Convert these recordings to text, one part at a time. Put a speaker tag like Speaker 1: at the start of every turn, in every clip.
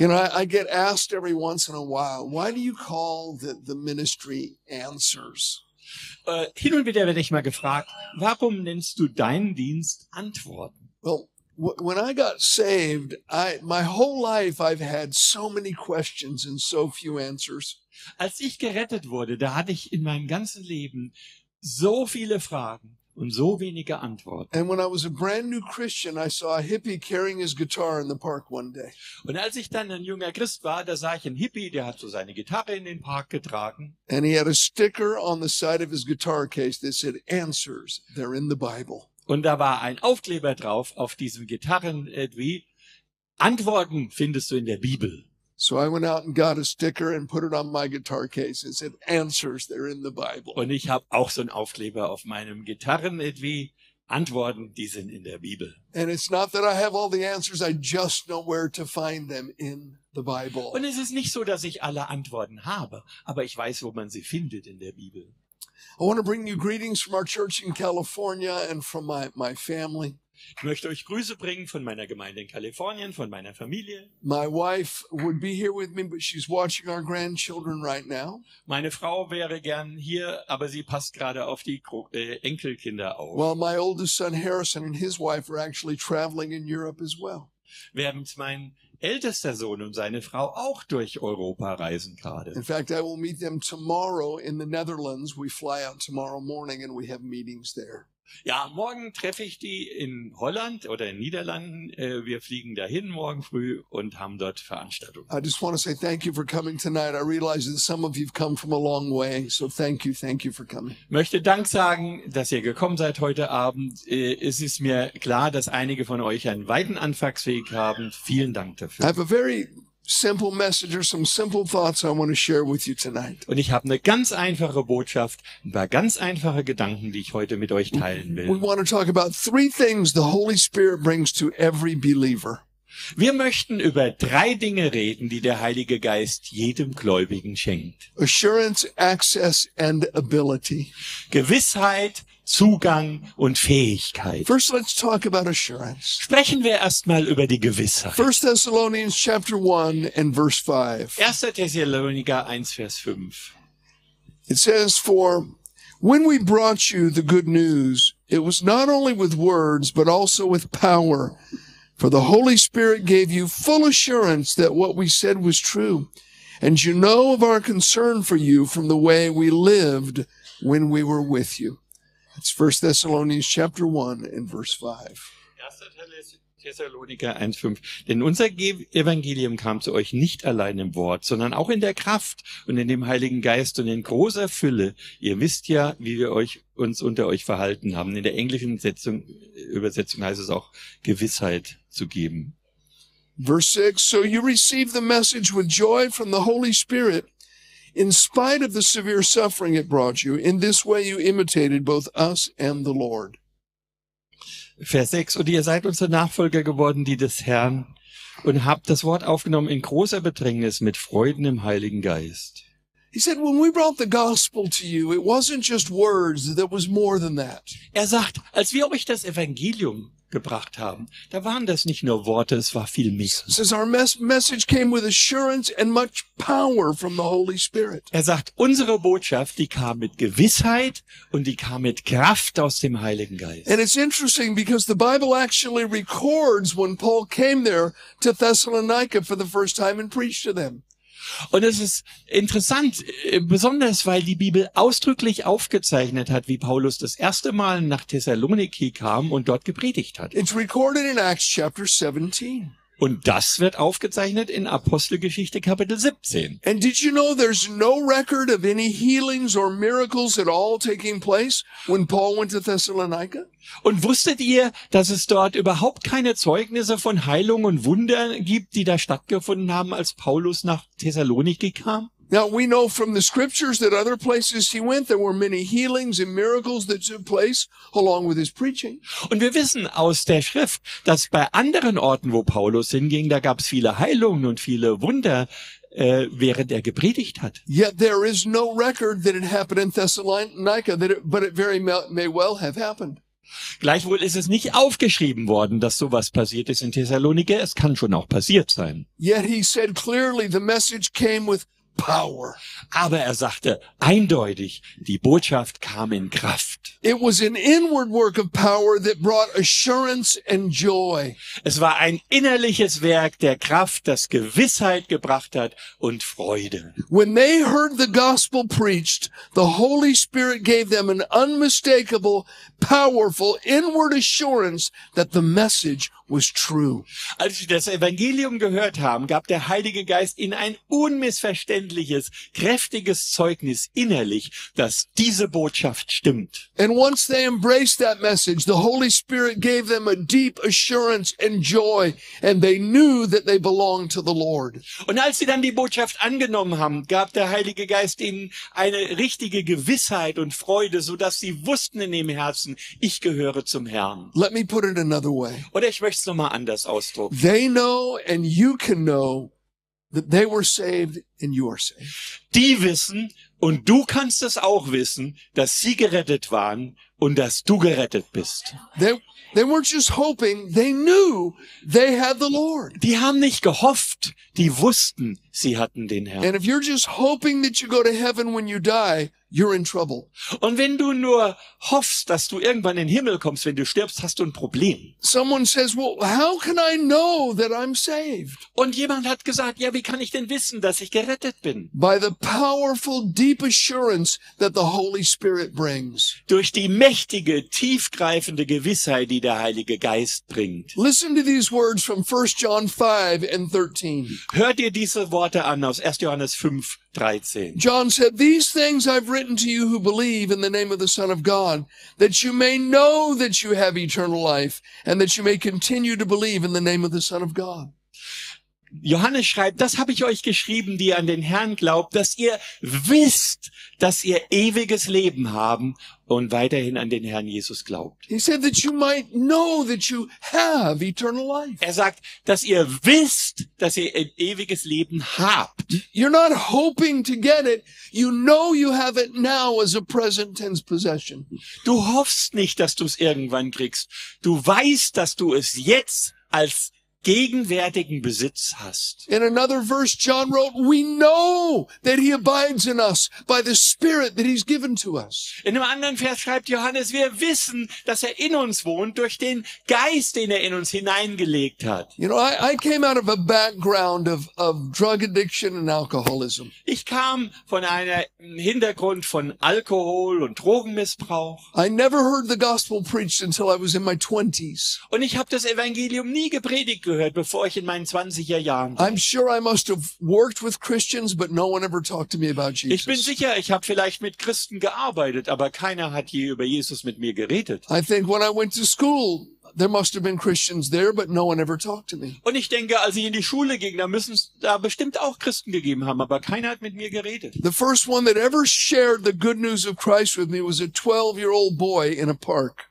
Speaker 1: You know, I, I get asked every once in a while, why do you call the, the ministry answers?
Speaker 2: Äh, hin und wieder werde ich mal gefragt, warum nennst du deinen Dienst Antworten?
Speaker 1: Well, wh- when I got saved, I my whole life I've had so many questions and so few answers.
Speaker 2: Als ich gerettet wurde, da hatte ich in meinem ganzen Leben so viele Fragen und so wenige Antworten.
Speaker 1: And when I was a brand new Christian, I saw a hippie carrying his guitar in the park one day.
Speaker 2: Und als ich dann ein junger Christ war, da sah ich einen Hippie, der hat so seine Gitarre in den Park getragen
Speaker 1: And he had a sticker on the side of his guitar case that said, Answers, they're in the Bible.
Speaker 2: und da war ein Aufkleber drauf auf diesem Gitarren äh, wie Antworten findest du in der Bibel.
Speaker 1: So I went out and got a sticker and put it on my guitar case and said, Answers, they're in the Bible.
Speaker 2: Und ich habe auch so einen Aufkleber auf meinem Gitarren äh, wie Antworten, die sind in der Bibel.
Speaker 1: And it's not that I have all the answers, I just know where to find them in the Bible.
Speaker 2: Und es ist nicht so, dass ich alle Antworten habe, aber ich weiß, wo man sie findet in der Bibel.
Speaker 1: I want to bring you greetings from our church in California and from my, my family.
Speaker 2: Ich möchte euch Grüße bringen von meiner Gemeinde in Kalifornien, von meiner Familie.
Speaker 1: My wife would be here with me, but she's watching our grandchildren right now.
Speaker 2: Meine Frau wäre gern hier, aber sie passt gerade auf die Gro- äh, Enkelkinder auf.
Speaker 1: While my oldest son Harrison and his wife are actually traveling in Europe as well.
Speaker 2: während mein ältester Sohn und seine Frau auch durch Europa reisen gerade.
Speaker 1: In fact, I will meet them tomorrow in the Netherlands. We fly out tomorrow morning and we have meetings there.
Speaker 2: Ja, morgen treffe ich die in Holland oder in Niederlanden. Äh, Wir fliegen dahin morgen früh und haben dort Veranstaltungen.
Speaker 1: I just want to say thank you for coming tonight. I realize that some of you've come from a long way, so thank you, thank you for coming.
Speaker 2: Möchte Dank sagen, dass ihr gekommen seid heute Abend. Äh, Es ist mir klar, dass einige von euch einen weiten Anfangsweg haben. Vielen Dank
Speaker 1: I
Speaker 2: dafür.
Speaker 1: have a very simple message or some simple thoughts I want to share with you tonight.
Speaker 2: Und ich habe eine ganz einfache Botschaft, ein paar ganz einfache Gedanken, die ich heute mit euch teilen
Speaker 1: We
Speaker 2: will.
Speaker 1: want to talk about three things the Holy Spirit brings to every believer.
Speaker 2: Wir möchten über drei Dinge reden, die der Heilige Geist jedem Gläubigen schenkt.
Speaker 1: Assurance, access, and ability.
Speaker 2: Gewissheit, Zugang und Fähigkeit.
Speaker 1: First, let's talk about assurance.
Speaker 2: Sprechen wir erstmal über die Gewissheit.
Speaker 1: 1 Thessalonians chapter 1 and verse 5.
Speaker 2: 1. Thessaloniker 1, Vers 5.
Speaker 1: It says, For when we brought you the good news, it was not only with words, but also with power. For the Holy Spirit gave you full assurance that what we said was true. And you know of our concern for you from the way we lived when we were with you. It's 1 Thessalonians chapter 1 and verse 5.
Speaker 2: 1. Thessaloniker 1, 5. Denn unser Ge- Evangelium kam zu euch nicht allein im Wort, sondern auch in der Kraft und in dem Heiligen Geist und in großer Fülle. Ihr wisst ja, wie wir euch, uns unter euch verhalten haben. In der englischen Setzung, Übersetzung heißt es auch, Gewissheit zu geben.
Speaker 1: Verse 6 So you received the message with joy from the Holy Spirit, in spite of the severe suffering it brought you. In this way you imitated both us and the Lord.
Speaker 2: Vers 6. Und ihr seid unsere Nachfolger geworden, die des Herrn, und habt das Wort aufgenommen in großer Bedrängnis mit Freuden im Heiligen Geist.
Speaker 1: He said, When we brought the gospel to you, it wasn't just words, there was more than that.
Speaker 2: Er sagt, als wir euch das Evangelium gebracht haben, da waren das nicht nur Worte, es war viel mehr.
Speaker 1: It says, Our mes- message came with assurance and much power from the Holy Spirit.
Speaker 2: Er sagt, unsere Botschaft, die kam mit Gewissheit und die kam mit Kraft aus dem Heiligen Geist.
Speaker 1: And it's interesting because the Bible actually records when Paul came there to Thessalonica for the first time and preached to them.
Speaker 2: Und es ist interessant, äh, besonders weil die Bibel ausdrücklich aufgezeichnet hat, wie Paulus das erste Mal nach Thessaloniki kam und dort gepredigt hat.
Speaker 1: It's recorded in Acts chapter 17.
Speaker 2: Und das wird aufgezeichnet in Apostelgeschichte Kapitel 17.
Speaker 1: And did you know there's no record of any healings or miracles at all taking place when Paul went to Thessalonica?
Speaker 2: Und wusstet ihr, dass es dort überhaupt keine Zeugnisse von Heilung und Wundern gibt, die da stattgefunden haben, als Paulus nach Thessaloniki kam?
Speaker 1: Now we know from the scriptures that other places he went, there were many healings and miracles that took place along with his preaching.
Speaker 2: Und wir wissen aus der Schrift, dass bei anderen Orten, wo Paulus hinging, da gab es viele Heilungen und viele Wunder, äh, während er gepredigt hat.
Speaker 1: Yet there is no record that it happened in Thessalonica, that it, but it very mel- may well have happened.
Speaker 2: Gleichwohl ist es nicht aufgeschrieben worden, dass sowas passiert ist in Thessaloniki. Es kann schon auch passiert sein.
Speaker 1: Yet he said clearly the message came with power.
Speaker 2: Aber er sagte eindeutig, die Botschaft kam in Kraft.
Speaker 1: It was an inward work of power that brought assurance and joy.
Speaker 2: Es war ein innerliches Werk der Kraft, das Gewissheit gebracht hat und Freude.
Speaker 1: When they heard the gospel preached, the Holy Spirit gave them an unmistakable, powerful inward assurance that the message was true.
Speaker 2: Als sie das Evangelium gehört haben, gab der Heilige Geist ihnen ein unmissverständliches, kräftiges Zeugnis innerlich, dass diese Botschaft stimmt.
Speaker 1: And once they embraced that message, the Holy Spirit gave them a deep assurance and joy, and they knew that they belonged to the Lord.
Speaker 2: Und als sie dann die Botschaft angenommen haben, gab der Heilige Geist ihnen eine richtige Gewissheit und Freude, so dass sie wussten in ihrem Herzen, ich gehöre zum Herrn.
Speaker 1: Let me put it another way.
Speaker 2: Oder ich möchte es nochmal anders ausdrücken.
Speaker 1: They know, and you can know, that they were saved and you are saved.
Speaker 2: Die wissen, und du kannst es auch wissen, dass sie gerettet waren und dass du gerettet bist.
Speaker 1: They, they weren't just hoping, they knew they had the Lord.
Speaker 2: Die haben nicht gehofft, die wussten, sie hatten den Herrn.
Speaker 1: And if you're just hoping that you go to heaven when you die, you're in trouble.
Speaker 2: Und wenn du nur hoffst, dass du irgendwann in den Himmel kommst, wenn du stirbst, hast du ein Problem.
Speaker 1: Someone says, Well, how can I know that I'm saved?
Speaker 2: Und jemand hat gesagt, ja, wie kann ich denn wissen, dass ich gerettet bin?
Speaker 1: By the powerful, deep assurance that the Holy Spirit brings.
Speaker 2: Durch die mächtige, tiefgreifende Gewissheit, die der Heilige Geist bringt.
Speaker 1: Listen to these words from 1 John 5 and 13.
Speaker 2: Hör dir diese Worte an aus 1. Johannes 5, 13.
Speaker 1: John said, These things I've written to you who believe in the name of the Son of God, that you may know that you have eternal life, and that you may continue to believe in the name of the Son of God.
Speaker 2: Johannes schreibt, das habe ich euch geschrieben, die ihr an den Herrn glaubt, dass ihr wisst, dass ihr ewiges Leben haben und weiterhin an den Herrn Jesus glaubt.
Speaker 1: He said that you might know that you have eternal life.
Speaker 2: Er sagt, dass ihr wisst, dass ihr ein ewiges Leben habt.
Speaker 1: You're not hoping to get it. You know you have it now as a present tense possession.
Speaker 2: Du hoffst nicht, dass du es irgendwann kriegst. Du weißt, dass du es jetzt als gegenwärtigen Besitz hast.
Speaker 1: In another verse, John wrote, We know that he abides in us by the Spirit that he's given to us.
Speaker 2: In einem anderen Vers schreibt Johannes, wir wissen, dass er in uns wohnt durch den Geist, den er in uns hineingelegt hat.
Speaker 1: You know, I, I came out of a background of, of drug addiction and alcoholism.
Speaker 2: Ich kam von einem Hintergrund von Alkohol und Drogenmissbrauch
Speaker 1: I never heard the gospel preached until I was in my 20s.
Speaker 2: und ich habe das Evangelium nie gepredigt gehört, bevor ich in meinen 20er Jahren war.
Speaker 1: I'm sure I must have worked with Christians, but no one ever talked to me about
Speaker 2: Ich bin
Speaker 1: Jesus.
Speaker 2: sicher, ich habe vielleicht mit Christen gearbeitet, aber keiner hat je über Jesus mit mir geredet.
Speaker 1: I think when I went to school, there must have been Christians there, but no one ever talked to me.
Speaker 2: Und ich denke, als ich in die Schule ging, da müssen es da bestimmt auch Christen gegeben haben, aber keiner hat mit mir geredet.
Speaker 1: The first one that ever shared the good news of Christ with me was a 12 year old boy in a park.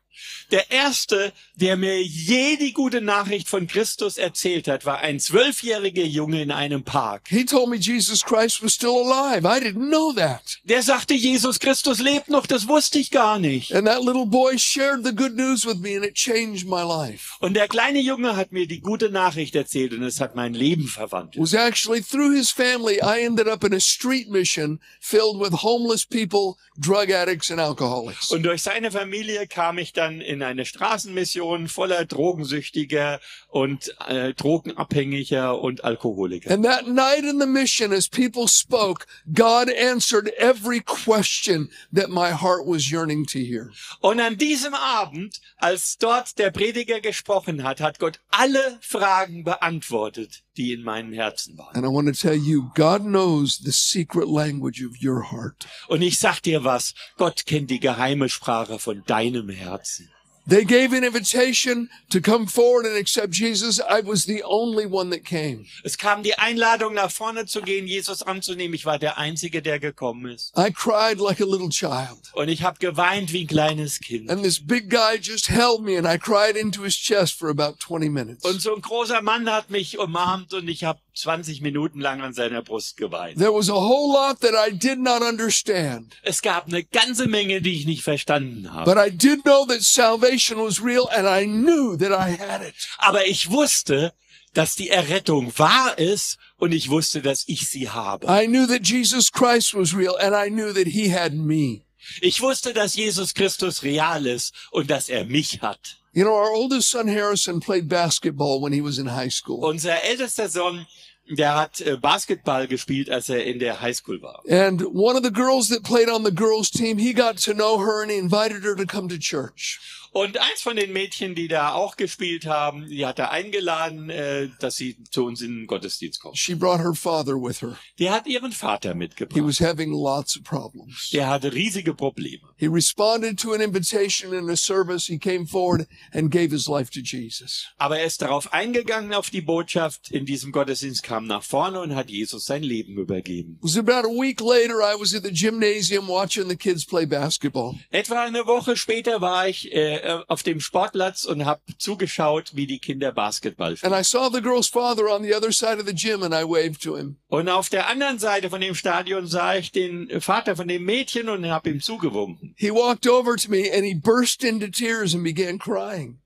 Speaker 2: Der erste, der mir je die gute Nachricht von Christus erzählt hat, war ein zwölfjähriger Junge in einem Park.
Speaker 1: He told me Jesus Christ was still alive. I didn't know that.
Speaker 2: Der sagte, Jesus Christus lebt noch, das wusste ich gar nicht.
Speaker 1: And that little boy shared the good news with me and it changed my life.
Speaker 2: Und der kleine Junge hat mir die gute Nachricht erzählt und es hat mein Leben
Speaker 1: It
Speaker 2: verwandelt.
Speaker 1: was actually through his family I ended up in a street mission filled with homeless people, drug addicts, and alcoholics.
Speaker 2: Und durch seine Familie kam ich dann in eine Straßenmission voller Drogensüchtiger und äh, Drogenabhängiger und Alkoholiker.
Speaker 1: And that night in the mission, as people spoke, God answered every question that my heart was yearning to hear.
Speaker 2: Und an diesem Abend, als dort der Prediger gesprochen hat, hat Gott alle Fragen beantwortet, die in meinem Herzen waren.
Speaker 1: And I want to tell you, God knows the secret language of your heart.
Speaker 2: Und ich sag dir was, Gott kennt die geheime Sprache von deinem Herzen.
Speaker 1: They gave an invitation to come forward and accept Jesus. I was the only one that came.
Speaker 2: Es kam die Einladung, nach vorne zu gehen, Jesus anzunehmen. Ich war der Einzige, der gekommen ist.
Speaker 1: I cried like a little child.
Speaker 2: Und ich habe geweint wie ein kleines Kind.
Speaker 1: And this big guy just held me and I cried into his chest for about 20 minutes.
Speaker 2: Und so ein großer Mann hat mich umarmt und ich habe 20 Minuten lang an seiner Brust geweint.
Speaker 1: There was a whole lot that I did not understand,
Speaker 2: Es gab eine ganze Menge, die ich nicht verstanden habe.
Speaker 1: but I did know that salvation was real and I knew that I had it.
Speaker 2: Aber ich wusste, dass die Errettung wahr ist und ich wusste, dass ich sie habe.
Speaker 1: I knew that Jesus Christ was real and I knew that he had me.
Speaker 2: Ich wusste, dass Jesus Christus real ist und dass er mich hat.
Speaker 1: You know, our oldest son Harrison played basketball when he was in high school.
Speaker 2: Unser ältester Sohn, der hat äh, Basketball gespielt, als er in der Highschool war.
Speaker 1: And one of the girls that played on the girls' team, he got to know her and he invited her to come to church.
Speaker 2: Und eins von den Mädchen, die da auch gespielt haben, die hat er eingeladen, äh, dass sie zu uns in den Gottesdienst kommt.
Speaker 1: She brought her father with her.
Speaker 2: Die hat ihren Vater
Speaker 1: He
Speaker 2: mitgebracht.
Speaker 1: was having lots of problems.
Speaker 2: Der hatte riesige Probleme.
Speaker 1: He responded to an invitation in a service. He came forward and gave his life to Jesus.
Speaker 2: Aber er ist darauf eingegangen, auf die Botschaft in diesem Gottesdienst, kam nach vorne und hat Jesus sein Leben übergeben.
Speaker 1: It was about a week later, I was at the gymnasium watching the kids play basketball.
Speaker 2: Etwa eine Woche später war ich äh, auf dem Sportplatz und habe zugeschaut, wie die Kinder Basketball spielen.
Speaker 1: And I saw the girl's father on the other side of the gym and I waved to him.
Speaker 2: Und auf der anderen Seite von dem Stadion sah ich den Vater von dem Mädchen und habe ihm zugewunken.
Speaker 1: He walked over to me and he burst into tears and began crying.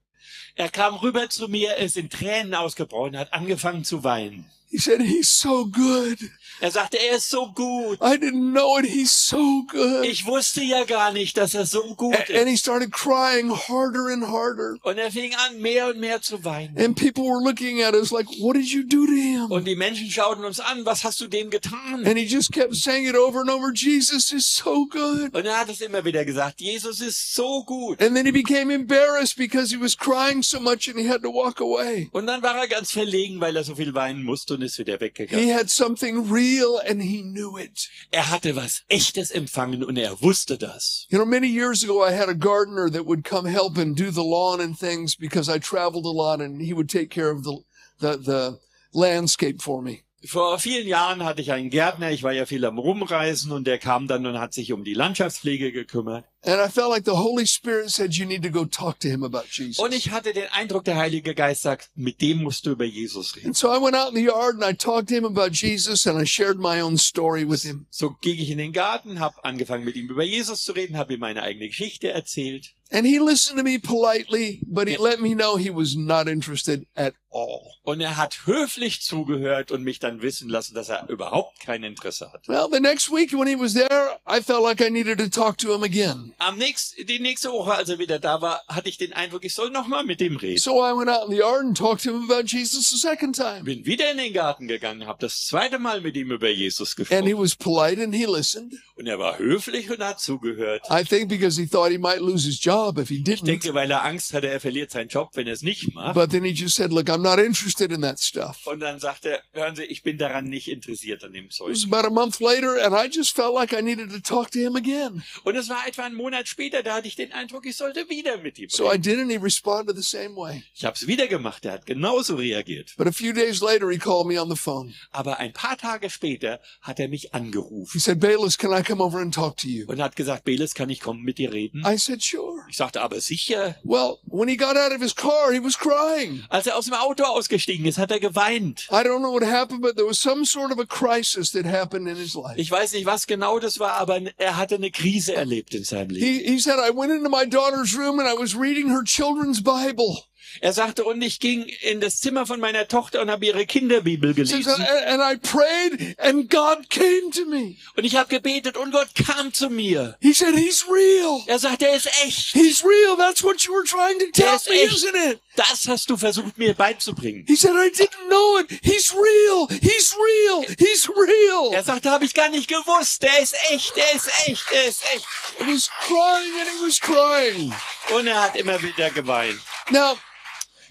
Speaker 2: Er kam rüber zu mir, ist in Tränen ausgebrochen, hat angefangen zu weinen.
Speaker 1: He said, He's so good.
Speaker 2: Er sagte, er ist so gut.
Speaker 1: I didn't know it. He's so good.
Speaker 2: Ich wusste ja gar nicht, dass er so gut
Speaker 1: A- And
Speaker 2: ist.
Speaker 1: he started crying harder and harder.
Speaker 2: Und er fing an, mehr und mehr zu weinen.
Speaker 1: And people were looking at us like, What did you do to him?
Speaker 2: Und die Menschen schauten uns an, was hast du dem getan?
Speaker 1: And he just kept saying it over and over Jesus is so good.
Speaker 2: Und er hat es immer wieder gesagt, Jesus ist so gut.
Speaker 1: And then he became embarrassed because he was crying so much and he had to walk away.
Speaker 2: Und dann war er ganz verlegen, weil er so viel weinen musste und ist wieder
Speaker 1: He
Speaker 2: weggegangen.
Speaker 1: had something real and he knew it.
Speaker 2: Er hatte was Echtes empfangen und er wusste das.
Speaker 1: You know, many years ago, I had a gardener that would come help and do the lawn and things because I traveled a lot and he would take care of the, the, the landscape for me.
Speaker 2: Vor vielen Jahren hatte ich einen Gärtner, ich war ja viel am Rumreisen und der kam dann und hat sich um die Landschaftspflege gekümmert.
Speaker 1: And I felt like the Holy Spirit said, You need to go talk to him about
Speaker 2: Und
Speaker 1: Jesus.
Speaker 2: ich hatte den Eindruck, der Heilige Geist sagt, mit dem musst du über Jesus reden.
Speaker 1: And so I went out in the yard and I talked to him about Jesus and I shared my own story with him.
Speaker 2: So ging ich in den Garten, habe angefangen mit ihm über Jesus zu reden, habe ihm meine eigene Geschichte erzählt.
Speaker 1: And he listened to me politely, but he let me know he was not interested at all.
Speaker 2: Und er hat höflich zugehört und mich dann wissen lassen, dass er überhaupt kein Interesse hat.
Speaker 1: Well, the next week when he was there, I felt like I needed to talk to him again.
Speaker 2: Am nächsten, die nächste Woche, als er wieder da war, hatte ich den Eindruck, ich soll nochmal mit ihm reden.
Speaker 1: So I went out in the yard and talked to him about Jesus a second time.
Speaker 2: Bin wieder in den Garten gegangen, habe das zweite Mal mit ihm über Jesus
Speaker 1: And he
Speaker 2: gesprochen.
Speaker 1: was polite and he listened.
Speaker 2: Und er war höflich und hat zugehört.
Speaker 1: I think because he thought he might lose his job if he
Speaker 2: Ich
Speaker 1: didn't.
Speaker 2: denke, weil er Angst hatte, er verliert seinen Job, wenn er es nicht macht.
Speaker 1: But then he just said, Look, I'm not interested in that stuff.
Speaker 2: Und dann sagt er, hören Sie, ich bin daran nicht interessiert an dem
Speaker 1: It
Speaker 2: Zeug.
Speaker 1: was about a month later, and I just felt like I needed to talk to him again.
Speaker 2: Und es war etwa einen Monat später, da hatte ich den Eindruck, ich sollte wieder mit ihm
Speaker 1: So I
Speaker 2: reden.
Speaker 1: did, and he responded the same way.
Speaker 2: Ich habe es wieder gemacht, er hat genauso reagiert.
Speaker 1: But a few days later, he called me on the phone.
Speaker 2: Aber ein paar Tage später hat er mich
Speaker 1: He
Speaker 2: angerufen
Speaker 1: said, Bayless, can I come over and talk to you?
Speaker 2: und hat gesagt, Beles, kann ich kommen mit dir reden?
Speaker 1: I said, Sure.
Speaker 2: Ich sagte, aber sicher.
Speaker 1: Well, when he got out of his car, he was crying.
Speaker 2: Als er aus dem Auto ausgestiegen ist, hat er geweint.
Speaker 1: I don't know what happened, but there was some sort of a crisis that happened in his life.
Speaker 2: Ich weiß nicht, was genau das war, aber er hatte eine Krise erlebt in seinem Leben.
Speaker 1: He, he said, I went into my daughter's room and I was reading her children's Bible.
Speaker 2: Er sagte, und ich ging in das Zimmer von meiner Tochter und habe ihre Kinderbibel
Speaker 1: He
Speaker 2: gelesen.
Speaker 1: said, and, and I prayed and God came to me.
Speaker 2: Und ich habe gebetet und Gott kam zu mir.
Speaker 1: He said, He's real.
Speaker 2: Er sagt, er ist echt.
Speaker 1: He's real. That's what you were trying to tell
Speaker 2: Yes,
Speaker 1: me,
Speaker 2: eh.
Speaker 1: isn't it?
Speaker 2: Das hast du versucht mir beizubringen.
Speaker 1: He said, I didn't know it. He's real. He's real. He's real.
Speaker 2: Er sagte, habe ich gar nicht gewusst. Der ist echt, der ist echt, der ist echt.
Speaker 1: And he's crying and he was crying.
Speaker 2: Und er hat immer wieder geweint.
Speaker 1: Now,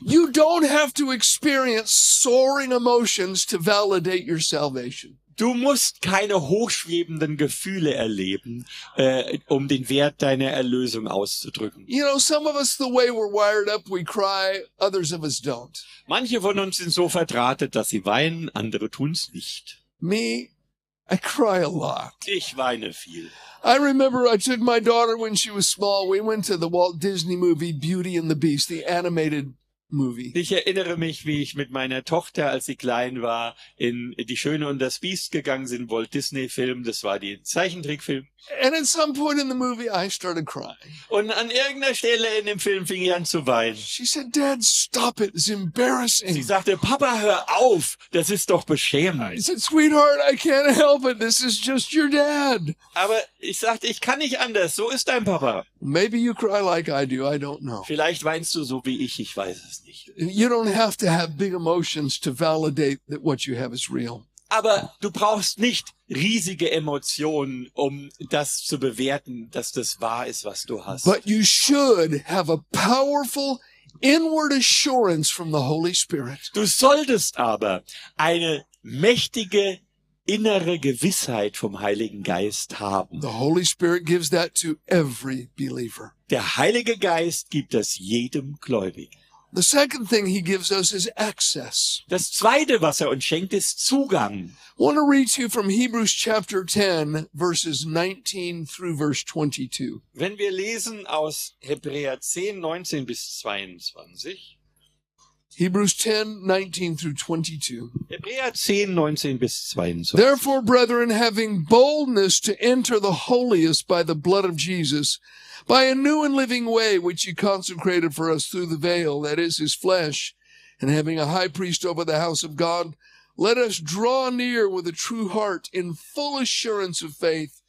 Speaker 1: you don't have to experience soaring emotions to validate your salvation.
Speaker 2: Du musst keine hochschwebenden Gefühle erleben, äh, um den Wert deiner Erlösung auszudrücken.
Speaker 1: You know, some of us, the way we're wired up, we cry. Others of us don't.
Speaker 2: Manche von uns sind so verdrahtet, dass sie weinen, andere tun's nicht.
Speaker 1: Me, I cry a lot.
Speaker 2: Ich weine viel.
Speaker 1: I remember I took my daughter when she was small. We went to the Walt Disney movie Beauty and the Beast, the animated movie.
Speaker 2: Ich erinnere mich, wie ich mit meiner Tochter, als sie klein war, in Die Schöne und das Biest gegangen sind, Walt Disney Film, das war die Zeichentrickfilm.
Speaker 1: And at some point in the movie, I started crying.
Speaker 2: Und an irgendeiner Stelle in dem Film fing ich an zu weinen.
Speaker 1: She said, Dad, stop it. It's
Speaker 2: Sie
Speaker 1: embarrassing.
Speaker 2: sagte, Papa, hör auf, das ist doch
Speaker 1: I
Speaker 2: beschämend.
Speaker 1: said, Sweetheart, I can't help it. This is just your dad.
Speaker 2: Aber ich sagte, ich kann nicht anders, so ist dein Papa.
Speaker 1: Maybe you cry like I do. I don't know.
Speaker 2: Vielleicht weinst du so wie ich, ich weiß es nicht.
Speaker 1: You don't have to have big emotions to validate that what you have is real.
Speaker 2: Aber du brauchst nicht riesige Emotionen, um das zu bewerten, dass das wahr ist, was du hast.
Speaker 1: But you should have a powerful inward assurance from the Holy Spirit.
Speaker 2: Du solltest aber eine mächtige innere Gewissheit vom Heiligen Geist haben.
Speaker 1: The Holy Spirit gives that to every believer.
Speaker 2: Der Heilige Geist gibt das jedem Gläubigen.
Speaker 1: The second thing he gives us is access.
Speaker 2: Das zweite, was er uns schenkt, ist Zugang.
Speaker 1: I want to read to you from Hebrews chapter 10, verses 19 through verse 22.
Speaker 2: Wenn wir lesen aus Hebräer 10, 19 bis 22,
Speaker 1: Hebrews 10, 19 through 22.
Speaker 2: Hebräer 10, 19 bis 22.
Speaker 1: Therefore, brethren, having boldness to enter the holiest by the blood of Jesus, by a new and living way which he consecrated for us through the veil, that is his flesh, and having a high priest over the house of God, let us draw near with a true heart in full assurance of faith,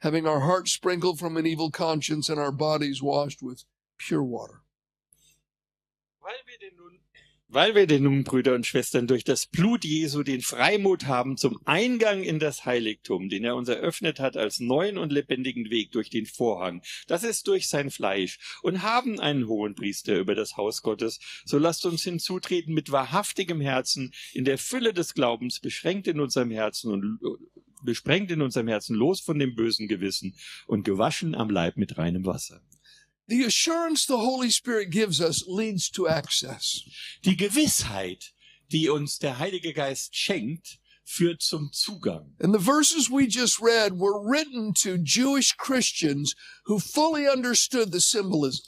Speaker 1: having our hearts sprinkled from an evil conscience and our bodies washed with pure water.
Speaker 2: Weil wir denn nun, weil wir denn nun, Brüder und Schwestern, durch das Blut Jesu den Freimut haben zum Eingang in das Heiligtum, den er uns eröffnet hat als neuen und lebendigen Weg durch den Vorhang, das ist durch sein Fleisch, und haben einen hohen Priester über das Haus Gottes, so lasst uns hinzutreten mit wahrhaftigem Herzen, in der Fülle des Glaubens, beschränkt in unserem Herzen und besprengt in unserem Herzen, los von dem bösen Gewissen und gewaschen am Leib mit reinem Wasser.
Speaker 1: The assurance the Holy Spirit gives us leads to access.
Speaker 2: Die Gewissheit, die uns der Heilige Geist schenkt, führt zum Zugang.
Speaker 1: And the verses we just read were written to Jewish Christians who fully understood the symbolism.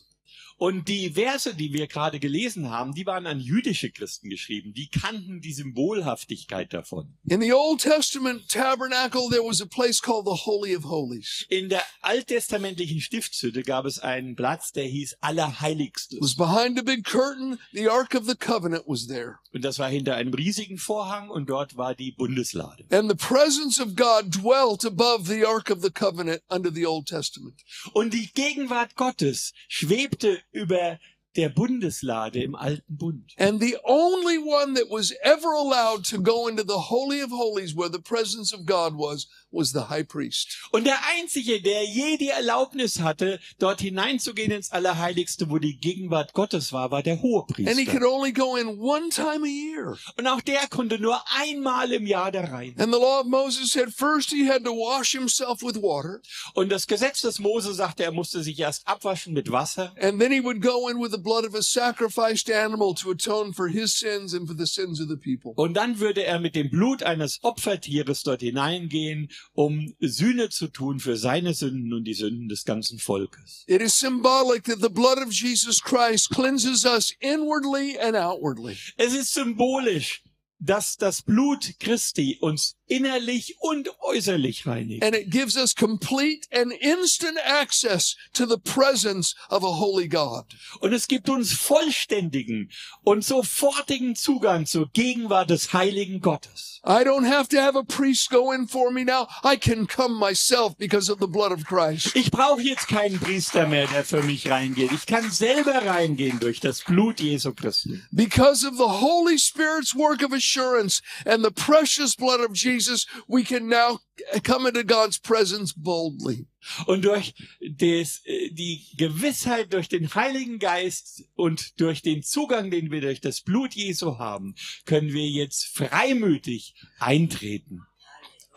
Speaker 2: Und die Verse, die wir gerade gelesen haben, die waren an jüdische Christen geschrieben. Die kannten die Symbolhaftigkeit davon.
Speaker 1: In the Old Testament tabernacle, there was a place called the Holy of Holies.
Speaker 2: In der alttestamentlichen Stiftshütte gab es einen Platz, der hieß Allerheiligstes.
Speaker 1: It was behind a big curtain. The Ark of the Covenant was there.
Speaker 2: Und das war hinter einem riesigen Vorhang und dort war die Bundeslade.
Speaker 1: And the presence of God dwelt above the Ark of the Covenant under the Old Testament.
Speaker 2: Und die Gegenwart Gottes schwebte über der Bundeslade im alten Bund.
Speaker 1: And the only one that was ever allowed to go into the Holy of Holies where the presence of God was, was the high priest.
Speaker 2: Und der Einzige, der je die Erlaubnis hatte, dort hineinzugehen ins Allerheiligste, wo die Gegenwart Gottes war, war der
Speaker 1: And he could
Speaker 2: Hohepriester.
Speaker 1: only go in one time a year.
Speaker 2: Und auch der konnte nur einmal im Jahr da rein.
Speaker 1: And the law of Moses said first he had to wash himself with water,
Speaker 2: Und das Gesetz des Mose sagte, er musste sich erst abwaschen mit Wasser.
Speaker 1: and then he would go in with the blood of a sacrificed animal to atone for his sins and for the sins of the people.
Speaker 2: Und dann würde er mit dem Blut eines Opfertieres dort hineingehen, um Sühne zu tun für seine Sünden und die Sünden des ganzen Volkes.
Speaker 1: It is symbolic that the blood of Jesus Christ cleanses us inwardly and outwardly.
Speaker 2: Es ist symbolisch, dass das Blut Christi uns innerlich und äußerlich reinigt.
Speaker 1: And it gives us complete and instant access to the presence of a holy God.
Speaker 2: Und es gibt uns vollständigen und sofortigen Zugang zur Gegenwart des heiligen Gottes.
Speaker 1: I don't have to have a priest go in for me now. I can come myself because of the blood of Christ.
Speaker 2: Ich brauche jetzt keinen Priester mehr, der für mich reingeht. Ich kann selber reingehen durch das Blut Jesu Christi.
Speaker 1: Because of the Holy Spirit's work of assurance and the precious blood of Jesus, we can now come into God's presence boldly.
Speaker 2: Und durch des, äh, die Gewissheit durch den Heiligen Geist und durch den Zugang, den wir durch das Blut Jesu haben, können wir jetzt freimütig eintreten.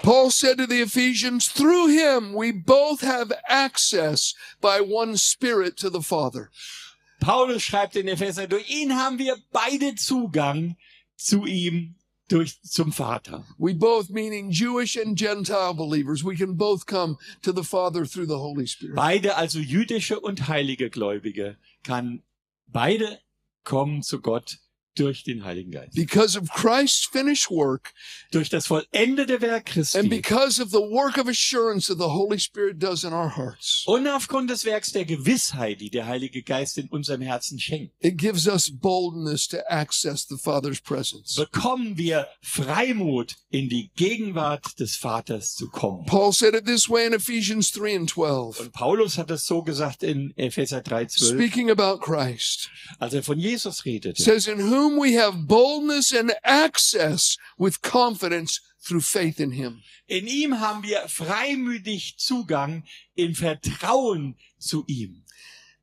Speaker 1: Paul said to the Ephesians, through him we both have access by one Spirit to the Father.
Speaker 2: Paulus schreibt in Epheser, durch ihn haben wir beide Zugang zu ihm, durch, zum Vater.
Speaker 1: We both, meaning Jewish and Gentile believers, we can both come to the Father through the Holy Spirit.
Speaker 2: Beide, also jüdische und heilige Gläubige, kann beide kommen zu Gott durch den Heiligen Geist.
Speaker 1: because of Christ's finished work
Speaker 2: Durch das vollendete
Speaker 1: and
Speaker 2: Werk Christi.
Speaker 1: because of the work of assurance that the Holy Spirit does in our hearts.
Speaker 2: Und aufgrund des Werks der Gewissheit, die der Heilige Geist in unserem Herzen schenkt,
Speaker 1: It gives us boldness to access the Father's presence.
Speaker 2: bekommen wir Freimut, in die Gegenwart des Vaters zu kommen.
Speaker 1: Paul said it this way in Ephesians 3 and 12,
Speaker 2: Und Paulus hat das so gesagt in Epheser 3,12,
Speaker 1: speaking about Christ.
Speaker 2: als er von Jesus redete.
Speaker 1: says, In whom we have boldness and access with confidence through faith in him.
Speaker 2: In ihm haben wir freimütig Zugang im Vertrauen zu ihm.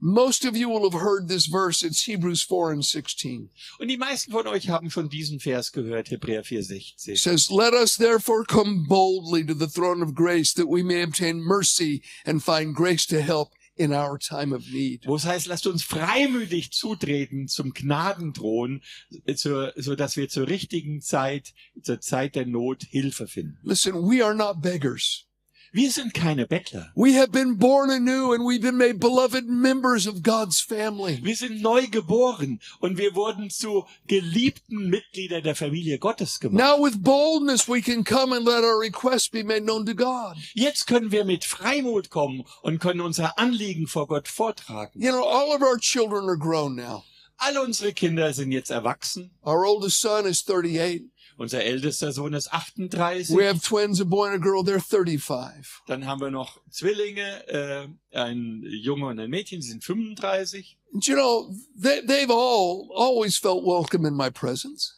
Speaker 1: Most of you will have heard this verse. It's Hebrews 4 and 16.
Speaker 2: Und die meisten von euch haben schon diesen Vers gehört, Hebräer
Speaker 1: It
Speaker 2: 4,16.
Speaker 1: says, Let us therefore come boldly to the throne of grace that we may obtain mercy and find grace to help in our time of need.
Speaker 2: Wo es heißt, lasst uns freimütig zutreten zum Gnadenthron, äh, zur, so dass wir zur richtigen Zeit, zur Zeit der Not Hilfe finden.
Speaker 1: Listen, we are not beggars.
Speaker 2: Wir sind keine Bettler.
Speaker 1: We have been born anew and we've been made beloved members of God's family.
Speaker 2: Wir sind neu geboren und wir wurden zu geliebten Mitgliedern der Familie Gottes gemacht.
Speaker 1: Now with boldness we can come and let our requests be made known to God.
Speaker 2: Jetzt können wir mit Freimut kommen und können unser Anliegen vor Gott vortragen.
Speaker 1: You know, all of our children are grown now.
Speaker 2: Alle unsere Kinder sind jetzt erwachsen.
Speaker 1: Our oldest son is 38.
Speaker 2: Unser ältester Sohn ist 38.
Speaker 1: We have twins, a boy and a girl. They're 35.
Speaker 2: Dann haben wir noch Zwillinge, äh, ein Junge und ein Mädchen, die sind 35.
Speaker 1: And you know, they, they've all always felt welcome in my presence.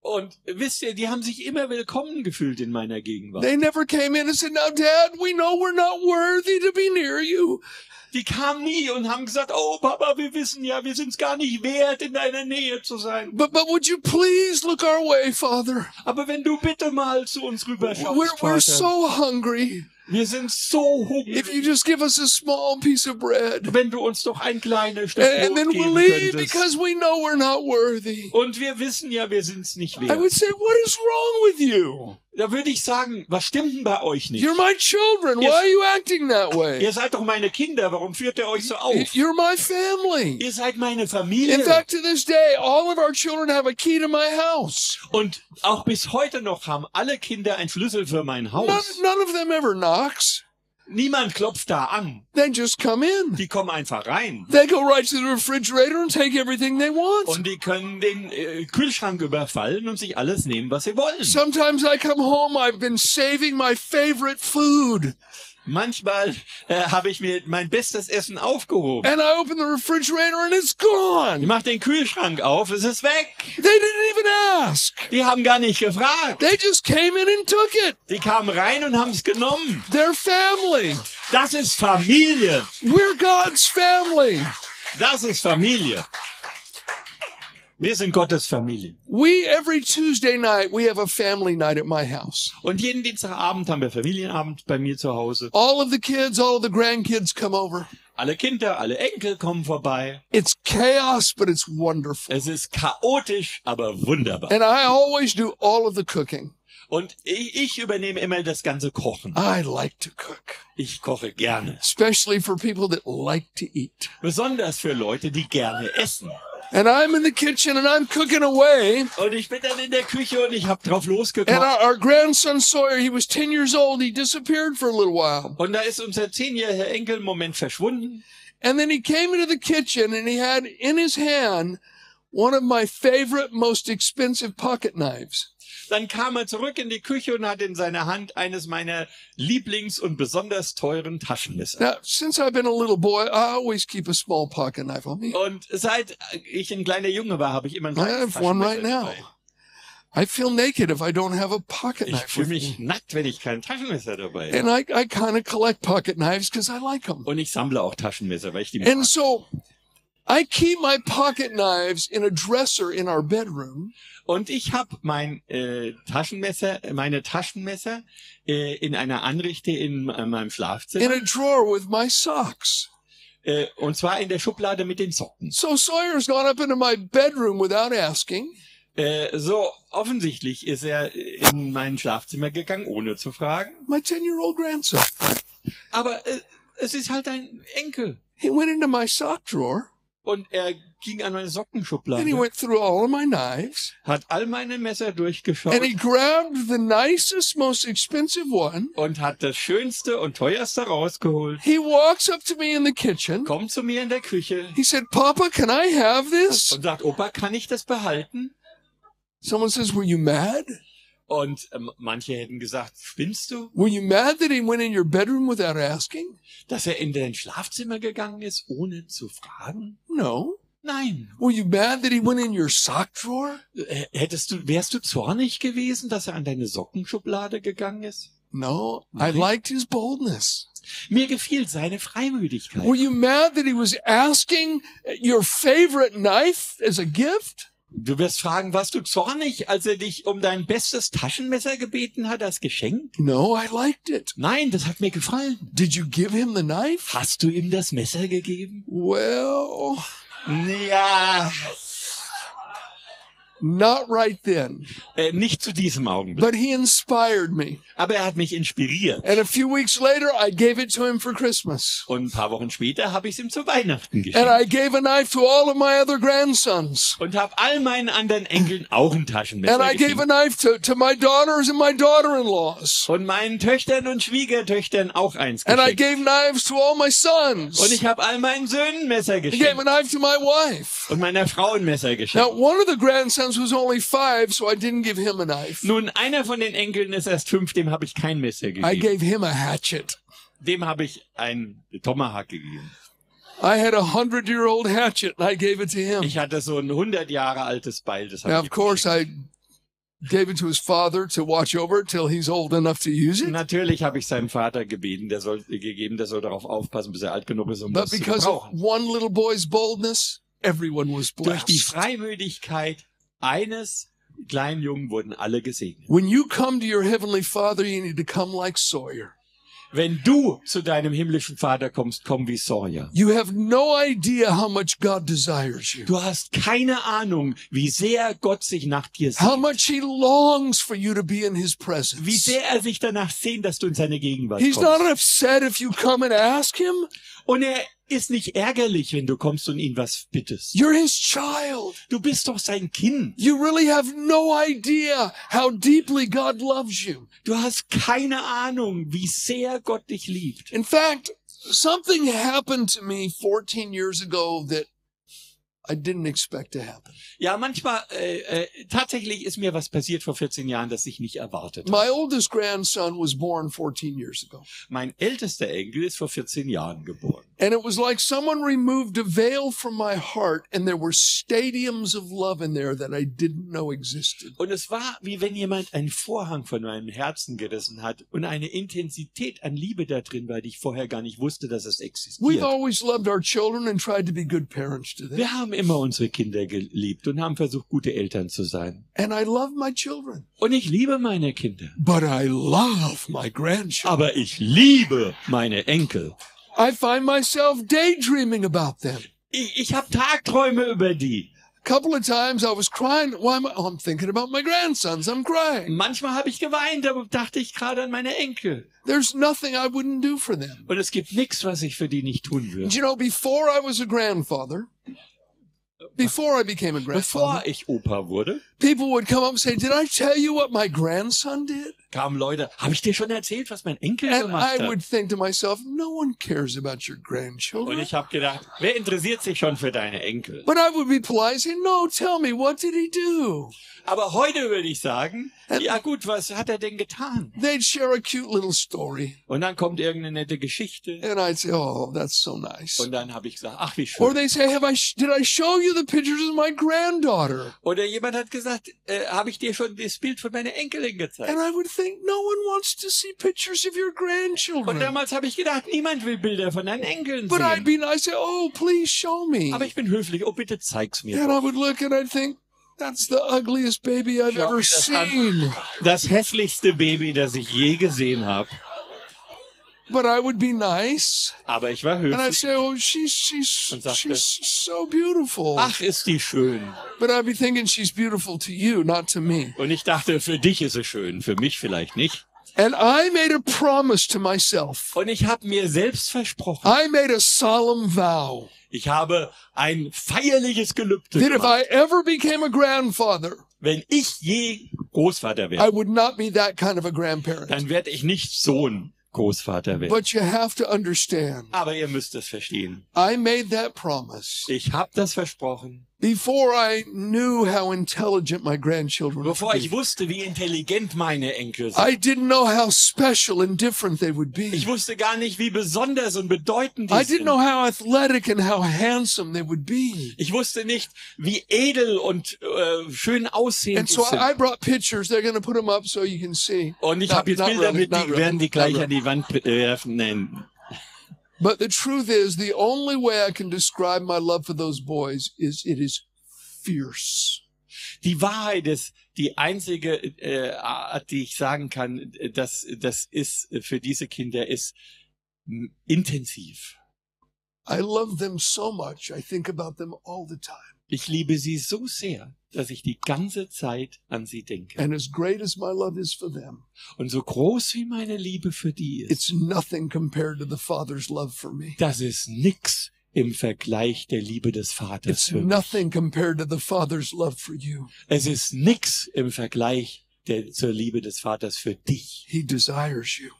Speaker 2: Und wisst ihr, die haben sich immer willkommen gefühlt in meiner Gegenwart.
Speaker 1: They never came in and said, Now, Dad, we know we're not worthy to be near you.
Speaker 2: Die kamen nie und haben gesagt, oh Papa, wir wissen ja, wir sind es gar nicht wert, in deiner Nähe zu sein.
Speaker 1: But, but would you please look our way, Father?
Speaker 2: Aber wenn du bitte mal zu uns rüber
Speaker 1: We're,
Speaker 2: schaust,
Speaker 1: we're
Speaker 2: Vater,
Speaker 1: so hungry.
Speaker 2: wir sind so
Speaker 1: If
Speaker 2: hungrig.
Speaker 1: you just give us a small piece of bread, and,
Speaker 2: Wenn du uns doch ein kleines Stück
Speaker 1: and
Speaker 2: Brot
Speaker 1: then we'll
Speaker 2: geben
Speaker 1: leave
Speaker 2: könntest.
Speaker 1: because we know we're not worthy.
Speaker 2: Und wir wissen ja, wir sind es nicht
Speaker 1: I
Speaker 2: wert.
Speaker 1: would say, What is wrong with you?
Speaker 2: Da würde ich sagen, was stimmt denn bei euch nicht?
Speaker 1: You're my children. Why are you acting that way?
Speaker 2: Ihr seid doch meine Kinder, warum führt ihr euch so auf?
Speaker 1: You're my family.
Speaker 2: Ihr seid meine
Speaker 1: In
Speaker 2: Familie.
Speaker 1: fact, to this day, all of our children have a key to my house.
Speaker 2: Und auch bis heute noch haben alle Kinder einen Schlüssel für mein
Speaker 1: None,
Speaker 2: Haus.
Speaker 1: none of them ever knocks.
Speaker 2: Niemand klopft da an.
Speaker 1: They just come in.
Speaker 2: Die kommen einfach rein.
Speaker 1: They go right to the refrigerator and take everything they want.
Speaker 2: Und die können den äh, Kühlschrank überfallen und sich alles nehmen, was sie wollen.
Speaker 1: Sometimes I come home, I've been saving my favorite food.
Speaker 2: Manchmal äh, habe ich mir mein bestes Essen aufgehoben.
Speaker 1: And I open the refrigerator and it's
Speaker 2: Ich
Speaker 1: gone.
Speaker 2: mach den Kühlschrank auf, es ist weg.
Speaker 1: They didn't even ask.
Speaker 2: Die haben gar nicht gefragt.
Speaker 1: They just came in and took it.
Speaker 2: Die kamen rein und haben es genommen.
Speaker 1: They're family.
Speaker 2: Das ist Familie.
Speaker 1: We're God's family.
Speaker 2: Das ist Familie. Wir sind Gottes Familie.
Speaker 1: We, every Tuesday night, we have a family night at my house.
Speaker 2: Und jeden Dienstagabend haben wir Familienabend bei mir zu Hause.
Speaker 1: All of the kids, all of the grandkids come over.
Speaker 2: Alle Kinder, alle Enkel kommen vorbei.
Speaker 1: It's chaos, but it's wonderful.
Speaker 2: Es ist chaotisch, aber wunderbar.
Speaker 1: And I always do all of the cooking.
Speaker 2: Und ich, ich übernehme immer das ganze Kochen.
Speaker 1: I like to cook,
Speaker 2: Ich koche gerne.
Speaker 1: especially for people that like to eat.
Speaker 2: Besonders für Leute, die gerne essen.
Speaker 1: And I'm in the kitchen and I'm cooking away.
Speaker 2: Und ich bin dann in der Küche und ich hab drauf
Speaker 1: And
Speaker 2: losgekocht.
Speaker 1: our, our grandson Sawyer, he was 10 years old. He disappeared for a little while.
Speaker 2: Und da ist unser zehnjähriger Enkel im Moment verschwunden.
Speaker 1: And then he came into the kitchen and he had in his hand one of my favorite, most expensive pocket knives.
Speaker 2: Dann kam er zurück in die Küche und hat in seiner Hand eines meiner Lieblings- und besonders teuren Taschenmesser.
Speaker 1: Now, since I've been a little boy, I always keep a small pocket knife on me.
Speaker 2: Und seit äh, ich ein kleiner Junge war, habe ich immer ein
Speaker 1: I have one right now. I feel naked if I don't have a pocket
Speaker 2: Ich
Speaker 1: knife.
Speaker 2: fühle
Speaker 1: With
Speaker 2: mich
Speaker 1: me.
Speaker 2: nackt, wenn ich kein Taschenmesser dabei habe.
Speaker 1: And I, I kind of collect pocket knives because I like them.
Speaker 2: Und ich sammle auch Taschenmesser, weil ich die mag.
Speaker 1: And so I keep my pocket knives in a dresser in our bedroom.
Speaker 2: Und ich habe mein äh, Taschenmesser, meine Taschenmesser äh, in einer Anrichte in äh, meinem
Speaker 1: in
Speaker 2: Schlafzimmer.
Speaker 1: a drawer with my socks.
Speaker 2: äh, und zwar in der Schublade mit den Socken.
Speaker 1: So Sawyer's gone up into my bedroom without asking.
Speaker 2: Äh, so offensichtlich ist er äh, in mein Schlafzimmer gegangen, ohne zu fragen.
Speaker 1: My 10 year old grandson.
Speaker 2: Aber äh, es ist halt ein Enkel.
Speaker 1: He went into my sock drawer
Speaker 2: Und er ging an meine Sockenschublade,
Speaker 1: and he went through all of my knives
Speaker 2: hat all meine Messer durchgeschaut
Speaker 1: and he grabbed the nicest, most expensive one.
Speaker 2: und hat das Schönste und Teuerste rausgeholt.
Speaker 1: He walks up to me in the kitchen.
Speaker 2: Kommt zu mir in der Küche
Speaker 1: He said, Papa, can I have this?
Speaker 2: und sagt, Opa, kann ich das behalten?
Speaker 1: Someone says, Were you mad?
Speaker 2: Und ähm, manche hätten gesagt, spinnst du?
Speaker 1: Were you mad that he went in your bedroom without asking?
Speaker 2: Dass er in dein Schlafzimmer gegangen ist, ohne zu fragen?
Speaker 1: No.
Speaker 2: Nein.
Speaker 1: Were you mad that he went in your sock drawer?
Speaker 2: Äh, Hättest du, wärst du zornig gewesen, dass er an deine Sockenschublade gegangen ist?
Speaker 1: No. I
Speaker 2: Really?
Speaker 1: liked his boldness.
Speaker 2: Mir gefiel seine Freimütigkeit.
Speaker 1: Were you mad that he was asking your favorite knife as a gift?
Speaker 2: Du wirst fragen, warst du zornig, als er dich um dein bestes Taschenmesser gebeten hat als Geschenk?
Speaker 1: No, I liked it.
Speaker 2: Nein, das hat mir gefallen.
Speaker 1: Did you give him the knife?
Speaker 2: Hast du ihm das Messer gegeben?
Speaker 1: Well,
Speaker 2: Ja.
Speaker 1: not right then.
Speaker 2: Äh, nicht zu diesem Augenblick.
Speaker 1: But he inspired me.
Speaker 2: Aber er hat mich inspiriert.
Speaker 1: And a few weeks later, I gave it to him for Christmas.
Speaker 2: Und ein paar Wochen später habe ich es ihm zu Weihnachten
Speaker 1: And
Speaker 2: geschenkt.
Speaker 1: I gave a knife to all of my other grandsons.
Speaker 2: Und habe all meinen anderen Enkeln auch ein Taschenmesser
Speaker 1: And I gave a
Speaker 2: geschenkt.
Speaker 1: knife to, to my daughters and my daughter-in-laws.
Speaker 2: Und meinen Töchtern und Schwiegertöchtern auch eins
Speaker 1: And I
Speaker 2: geschenkt.
Speaker 1: gave knives to all my
Speaker 2: Und
Speaker 1: sons.
Speaker 2: ich habe all meinen Söhnen Messer
Speaker 1: I gave
Speaker 2: geschenkt.
Speaker 1: a knife to my wife.
Speaker 2: Und meiner Frau ein Messer
Speaker 1: Now,
Speaker 2: geschenkt.
Speaker 1: one of the grandsons was only five, so I didn't give him a knife.
Speaker 2: Nun, einer von den Enkeln ist erst fünf, dem habe ich kein Messer
Speaker 1: I
Speaker 2: gegeben.
Speaker 1: gave him a hatchet.
Speaker 2: Dem habe ich ein Tomahawk gegeben.
Speaker 1: I had a hundred-year-old hatchet, and I gave it to him.
Speaker 2: Ich hatte so ein 100 Jahre altes Beil. Das
Speaker 1: Um Now,
Speaker 2: habe
Speaker 1: of course, I gave it to his father to watch over it till he's old enough to use
Speaker 2: ich,
Speaker 1: it.
Speaker 2: natürlich habe ich seinem Vater gebeten, der soll, gegeben, der soll darauf aufpassen, bis er alt genug ist, um das
Speaker 1: But
Speaker 2: zu
Speaker 1: because of
Speaker 2: brauchen.
Speaker 1: one little boy's boldness, everyone was
Speaker 2: Durch die
Speaker 1: blessed.
Speaker 2: Freimütigkeit eines kleinen Jungen wurden alle gesegnet.
Speaker 1: When you come to your heavenly Father, you need to come like Sawyer.
Speaker 2: Wenn du zu deinem himmlischen Vater kommst, komm wie Sawyer.
Speaker 1: You have no idea how much God desires you,
Speaker 2: Du hast keine Ahnung, wie sehr Gott sich nach dir
Speaker 1: how
Speaker 2: sehnt.
Speaker 1: much He longs for you to be in His
Speaker 2: Wie
Speaker 1: presence.
Speaker 2: sehr er sich danach sehnt, dass du in seine Gegenwart
Speaker 1: He's not
Speaker 2: kommst.
Speaker 1: upset if you come and ask Him.
Speaker 2: Und er ist nicht ärgerlich, wenn du kommst und ihn was bittest.
Speaker 1: You're His child.
Speaker 2: Du bist doch sein Kind.
Speaker 1: You really have no idea how deeply God loves you.
Speaker 2: Du hast keine Ahnung, wie sehr Gott dich liebt.
Speaker 1: In fact, something happened to me 14 years ago that I didn't expect to happen.
Speaker 2: Ja, manchmal, äh, äh, tatsächlich ist mir was passiert vor 14 Jahren, das ich nicht erwartet habe.
Speaker 1: My oldest grandson was born 14 years ago.
Speaker 2: Mein ältester Enkel ist vor 14 Jahren geboren.
Speaker 1: And it was like someone removed a veil from my heart, and there were stadiums of love in there that I didn't know existed.
Speaker 2: Und es war, wie wenn jemand einen Vorhang von meinem Herzen gerissen hat und eine Intensität an Liebe da drin war, die ich vorher gar nicht wusste, dass es
Speaker 1: We've
Speaker 2: existiert.
Speaker 1: always loved our children and tried to be good parents to them.
Speaker 2: Wir haben immer unsere Kinder geliebt und haben versucht, gute Eltern zu sein.
Speaker 1: And I love my children,
Speaker 2: Und ich liebe meine Kinder.
Speaker 1: but I love my grandchildren.
Speaker 2: Aber ich liebe meine Enkel.
Speaker 1: I find myself daydreaming about them.
Speaker 2: Ich, ich habe Tagträume über die.
Speaker 1: A couple of times I was crying. Why am I? Oh, I'm thinking about my grandsons. I'm crying.
Speaker 2: Manchmal habe ich geweint, aber dachte ich gerade an meine Enkel.
Speaker 1: There's nothing I wouldn't do for them.
Speaker 2: Und es gibt nichts, was ich für die nicht tun
Speaker 1: Do
Speaker 2: würde.
Speaker 1: you know, before I was a grandfather, before I became a grandfather,
Speaker 2: Bevor ich Opa wurde,
Speaker 1: people would come up and say, Did I tell you what my grandson did?
Speaker 2: kamen Leute, habe ich dir schon erzählt, was mein Enkel
Speaker 1: And
Speaker 2: gemacht
Speaker 1: Äh, I
Speaker 2: hat?
Speaker 1: would think to myself, No one cares about your
Speaker 2: Und
Speaker 1: grandchildren.
Speaker 2: ich habe gedacht, wer interessiert sich schon für deine Enkel?
Speaker 1: But I would be polite and say, No, tell me, what did he do?
Speaker 2: Aber heute würde ich sagen,
Speaker 1: And-
Speaker 2: ja gut, was hat er denn getan?
Speaker 1: They'd share a cute little story.
Speaker 2: Und dann kommt irgendeine nette Geschichte.
Speaker 1: And I'd say, Oh, that's so nice.
Speaker 2: Und dann habe ich gesagt, ach wie
Speaker 1: Or
Speaker 2: schön.
Speaker 1: they say, Have I did I show you the pictures of my granddaughter?
Speaker 2: Oder jemand hat gesagt, äh, habe ich dir schon das Bild von meiner Enkelin gezeigt?
Speaker 1: And I would think no one wants to see pictures of your
Speaker 2: Und
Speaker 1: grandchildren.
Speaker 2: damals habe ich gedacht, niemand will Bilder von deinen Enkeln
Speaker 1: Genau. But I'd
Speaker 2: sehen.
Speaker 1: be nice, say, oh, please show me.
Speaker 2: Aber ich bin höflich. Oh, bitte zeig's mir.
Speaker 1: And I would look and I'd think, that's the ugliest baby I've
Speaker 2: Show me
Speaker 1: ever
Speaker 2: this un-
Speaker 1: seen.
Speaker 2: Das hässlichste Baby, das ich je gesehen habe.
Speaker 1: But I would be nice.
Speaker 2: Aber ich war
Speaker 1: And I'd
Speaker 2: höflich.
Speaker 1: say, oh, she's, she's,
Speaker 2: Und sagte,
Speaker 1: she's so beautiful.
Speaker 2: Ach, ist die schön.
Speaker 1: But I'd be thinking she's beautiful to you, not to me.
Speaker 2: Und ich dachte, für dich ist sie schön, für mich vielleicht nicht.
Speaker 1: And I made a promise to myself.
Speaker 2: Und ich habe mir selbst versprochen,
Speaker 1: I made a solemn vow.
Speaker 2: Ich habe ein feierliches Gelübde
Speaker 1: that if
Speaker 2: gemacht.
Speaker 1: I ever became a grandfather,
Speaker 2: Wenn ich je Großvater
Speaker 1: I
Speaker 2: werde,
Speaker 1: would not be that kind of a grandparent.
Speaker 2: dann werde ich nicht Sohn Großvater werden.
Speaker 1: But you have to understand,
Speaker 2: Aber ihr müsst es verstehen.
Speaker 1: I made that promise
Speaker 2: Ich habe das versprochen.
Speaker 1: before I knew how intelligent my grandchildren
Speaker 2: Bevor
Speaker 1: would
Speaker 2: ich
Speaker 1: be.
Speaker 2: wusste, wie intelligent meine Enkel sind.
Speaker 1: I didn't know how special and different they would
Speaker 2: Ich
Speaker 1: be.
Speaker 2: wusste gar nicht, wie besonders und bedeutend die
Speaker 1: I didn't
Speaker 2: sind.
Speaker 1: know how athletic and how handsome they would be.
Speaker 2: Ich wusste nicht, wie edel und äh, schön aussehend
Speaker 1: And
Speaker 2: sie
Speaker 1: so
Speaker 2: sind.
Speaker 1: I, I brought pictures. They're going to put them up so you can see.
Speaker 2: und ich
Speaker 1: Not-
Speaker 2: habe jetzt
Speaker 1: not
Speaker 2: Bilder
Speaker 1: really,
Speaker 2: mit,
Speaker 1: not
Speaker 2: die werden
Speaker 1: really,
Speaker 2: die gleich
Speaker 1: not
Speaker 2: an die Wand äh, werfen. Nein.
Speaker 1: But the truth is, the only way I can describe my love for those boys is it is fierce.
Speaker 2: Die Wahrheit ist, die einzige äh, Art, die ich sagen kann, äh, das, das ist äh, für diese Kinder ist mh, intensiv.
Speaker 1: I love them so much. I think about them all the time.
Speaker 2: Ich liebe sie so sehr, dass ich die ganze Zeit an sie denke.
Speaker 1: And as great as my love is for them,
Speaker 2: Und so groß wie meine Liebe für die ist,
Speaker 1: it's nothing compared to the Father's love for me.
Speaker 2: das ist nix im Vergleich der Liebe des Vaters
Speaker 1: It's
Speaker 2: für mich.
Speaker 1: nothing compared to the Father's love for you.
Speaker 2: Es ist nix im Vergleich der, zur Liebe des Vaters für dich.
Speaker 1: He desires you.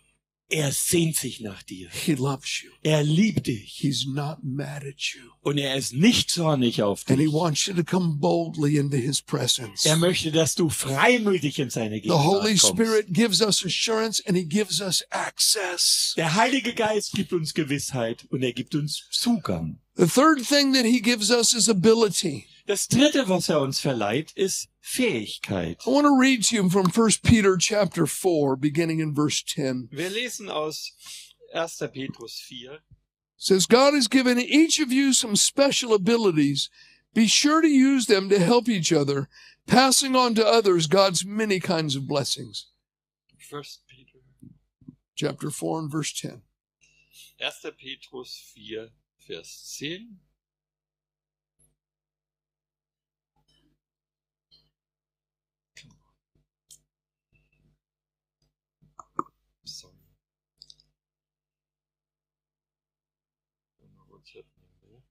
Speaker 2: Er sehnt sich nach dir.
Speaker 1: He loves you.
Speaker 2: Er liebt dich.
Speaker 1: He's not mad at you.
Speaker 2: Und er ist nicht zornig auf
Speaker 1: And he
Speaker 2: dich.
Speaker 1: wants you to come boldly into his presence.
Speaker 2: Er möchte, dass du freimütig in seine
Speaker 1: The Holy
Speaker 2: Gegenwart kommst.
Speaker 1: Spirit gives us assurance and he gives us access.
Speaker 2: Der Heilige Geist gibt uns Gewissheit und er gibt uns Zugang.
Speaker 1: The third thing that he gives us is ability.
Speaker 2: Das dritte, was er uns verleiht, ist Fähigkeit.
Speaker 1: I want to read to you from 1 Peter chapter 4 beginning in verse 10.
Speaker 2: Wir lesen aus 1. Petrus 4.
Speaker 1: says God has given each of you some special abilities. Be sure to use them to help each other, passing on to others God's many kinds of blessings.
Speaker 2: 1. Peter
Speaker 1: Chapter 4 and verse 10.
Speaker 2: 1. Petrus 4, Vers 10. Sorry. Wenn man uns helfen will.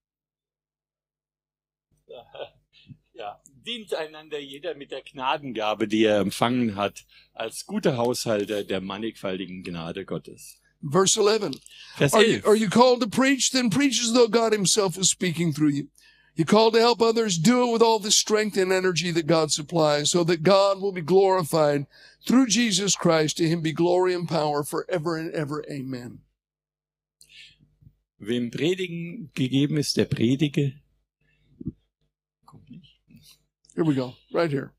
Speaker 2: Ja, dient einander jeder mit der Gnadengabe, die er empfangen hat, als guter Haushalter der mannigfaltigen Gnade Gottes.
Speaker 1: Verse 11.
Speaker 2: Vers
Speaker 1: Are you,
Speaker 2: 11.
Speaker 1: are you called to preach? Then preach as though God himself is speaking through you. You're called to help others. Do it with all the strength and energy that God supplies so that God will be glorified through Jesus Christ. To him be glory and power forever and ever. Amen.
Speaker 2: Wem Predigen gegeben ist, der predige. Kommt nicht.
Speaker 1: Here we go. Right here.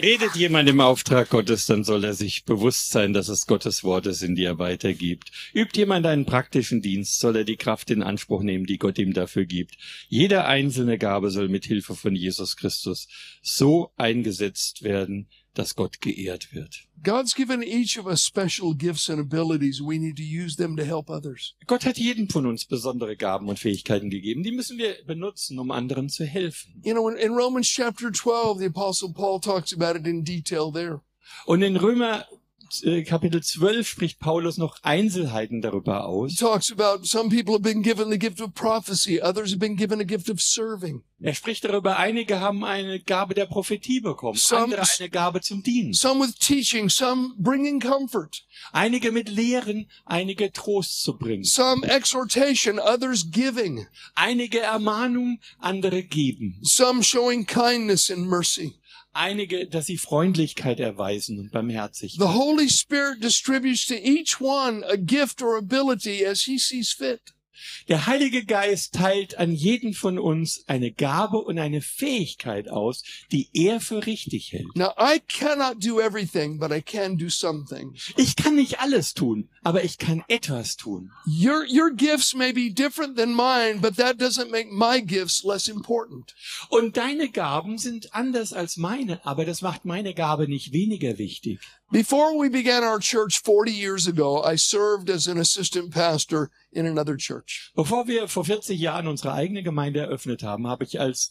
Speaker 2: Redet jemand im Auftrag Gottes, dann soll er sich bewusst sein, dass es Gottes Worte sind, die er weitergibt. Übt jemand einen praktischen Dienst, soll er die Kraft in Anspruch nehmen, die Gott ihm dafür gibt. Jede einzelne Gabe soll mit Hilfe von Jesus Christus so eingesetzt werden, dass Gott geehrt wird.
Speaker 1: God's given each of us special gifts and abilities. We need to use them to help others.
Speaker 2: Gott hat jedem von uns besondere Gaben und Fähigkeiten gegeben. Die müssen wir benutzen, um anderen zu helfen.
Speaker 1: You know, in, in Romans chapter 12, the Apostle Paul talks about it in detail there.
Speaker 2: Und in Römer äh, Kapitel 12 spricht Paulus noch Einzelheiten darüber
Speaker 1: He
Speaker 2: aus.
Speaker 1: talks about some people have been given the gift of prophecy, others have been given a gift of serving.
Speaker 2: Er spricht darüber, einige haben eine Gabe der Prophetie bekommen,
Speaker 1: Some-
Speaker 2: andere eine Gabe zum Dienst,
Speaker 1: some with teaching, some bringing comfort,
Speaker 2: einige mit Lehren, einige Trost zu bringen,
Speaker 1: some exhortation, others giving,
Speaker 2: einige Ermahnung, andere geben,
Speaker 1: some showing kindness and mercy.
Speaker 2: einige, dass sie Freundlichkeit erweisen und barmherzig.
Speaker 1: The Holy Spirit distributes to each one a gift or ability as he sees fit.
Speaker 2: Der Heilige Geist teilt an jeden von uns eine Gabe und eine Fähigkeit aus, die er für richtig hält.
Speaker 1: Now, I cannot do everything, but I can do something.
Speaker 2: Ich kann nicht alles tun, aber ich kann etwas tun.
Speaker 1: Your, your gifts may be different than mine, but that doesn't make my gifts less important.
Speaker 2: Und deine Gaben sind anders als meine, aber das macht meine Gabe nicht weniger wichtig.
Speaker 1: Before we began our church 40 years ago, I served as an assistant pastor in another church.
Speaker 2: Bevor wir vor 40 Jahren unsere eigene Gemeinde eröffnet haben, habe ich als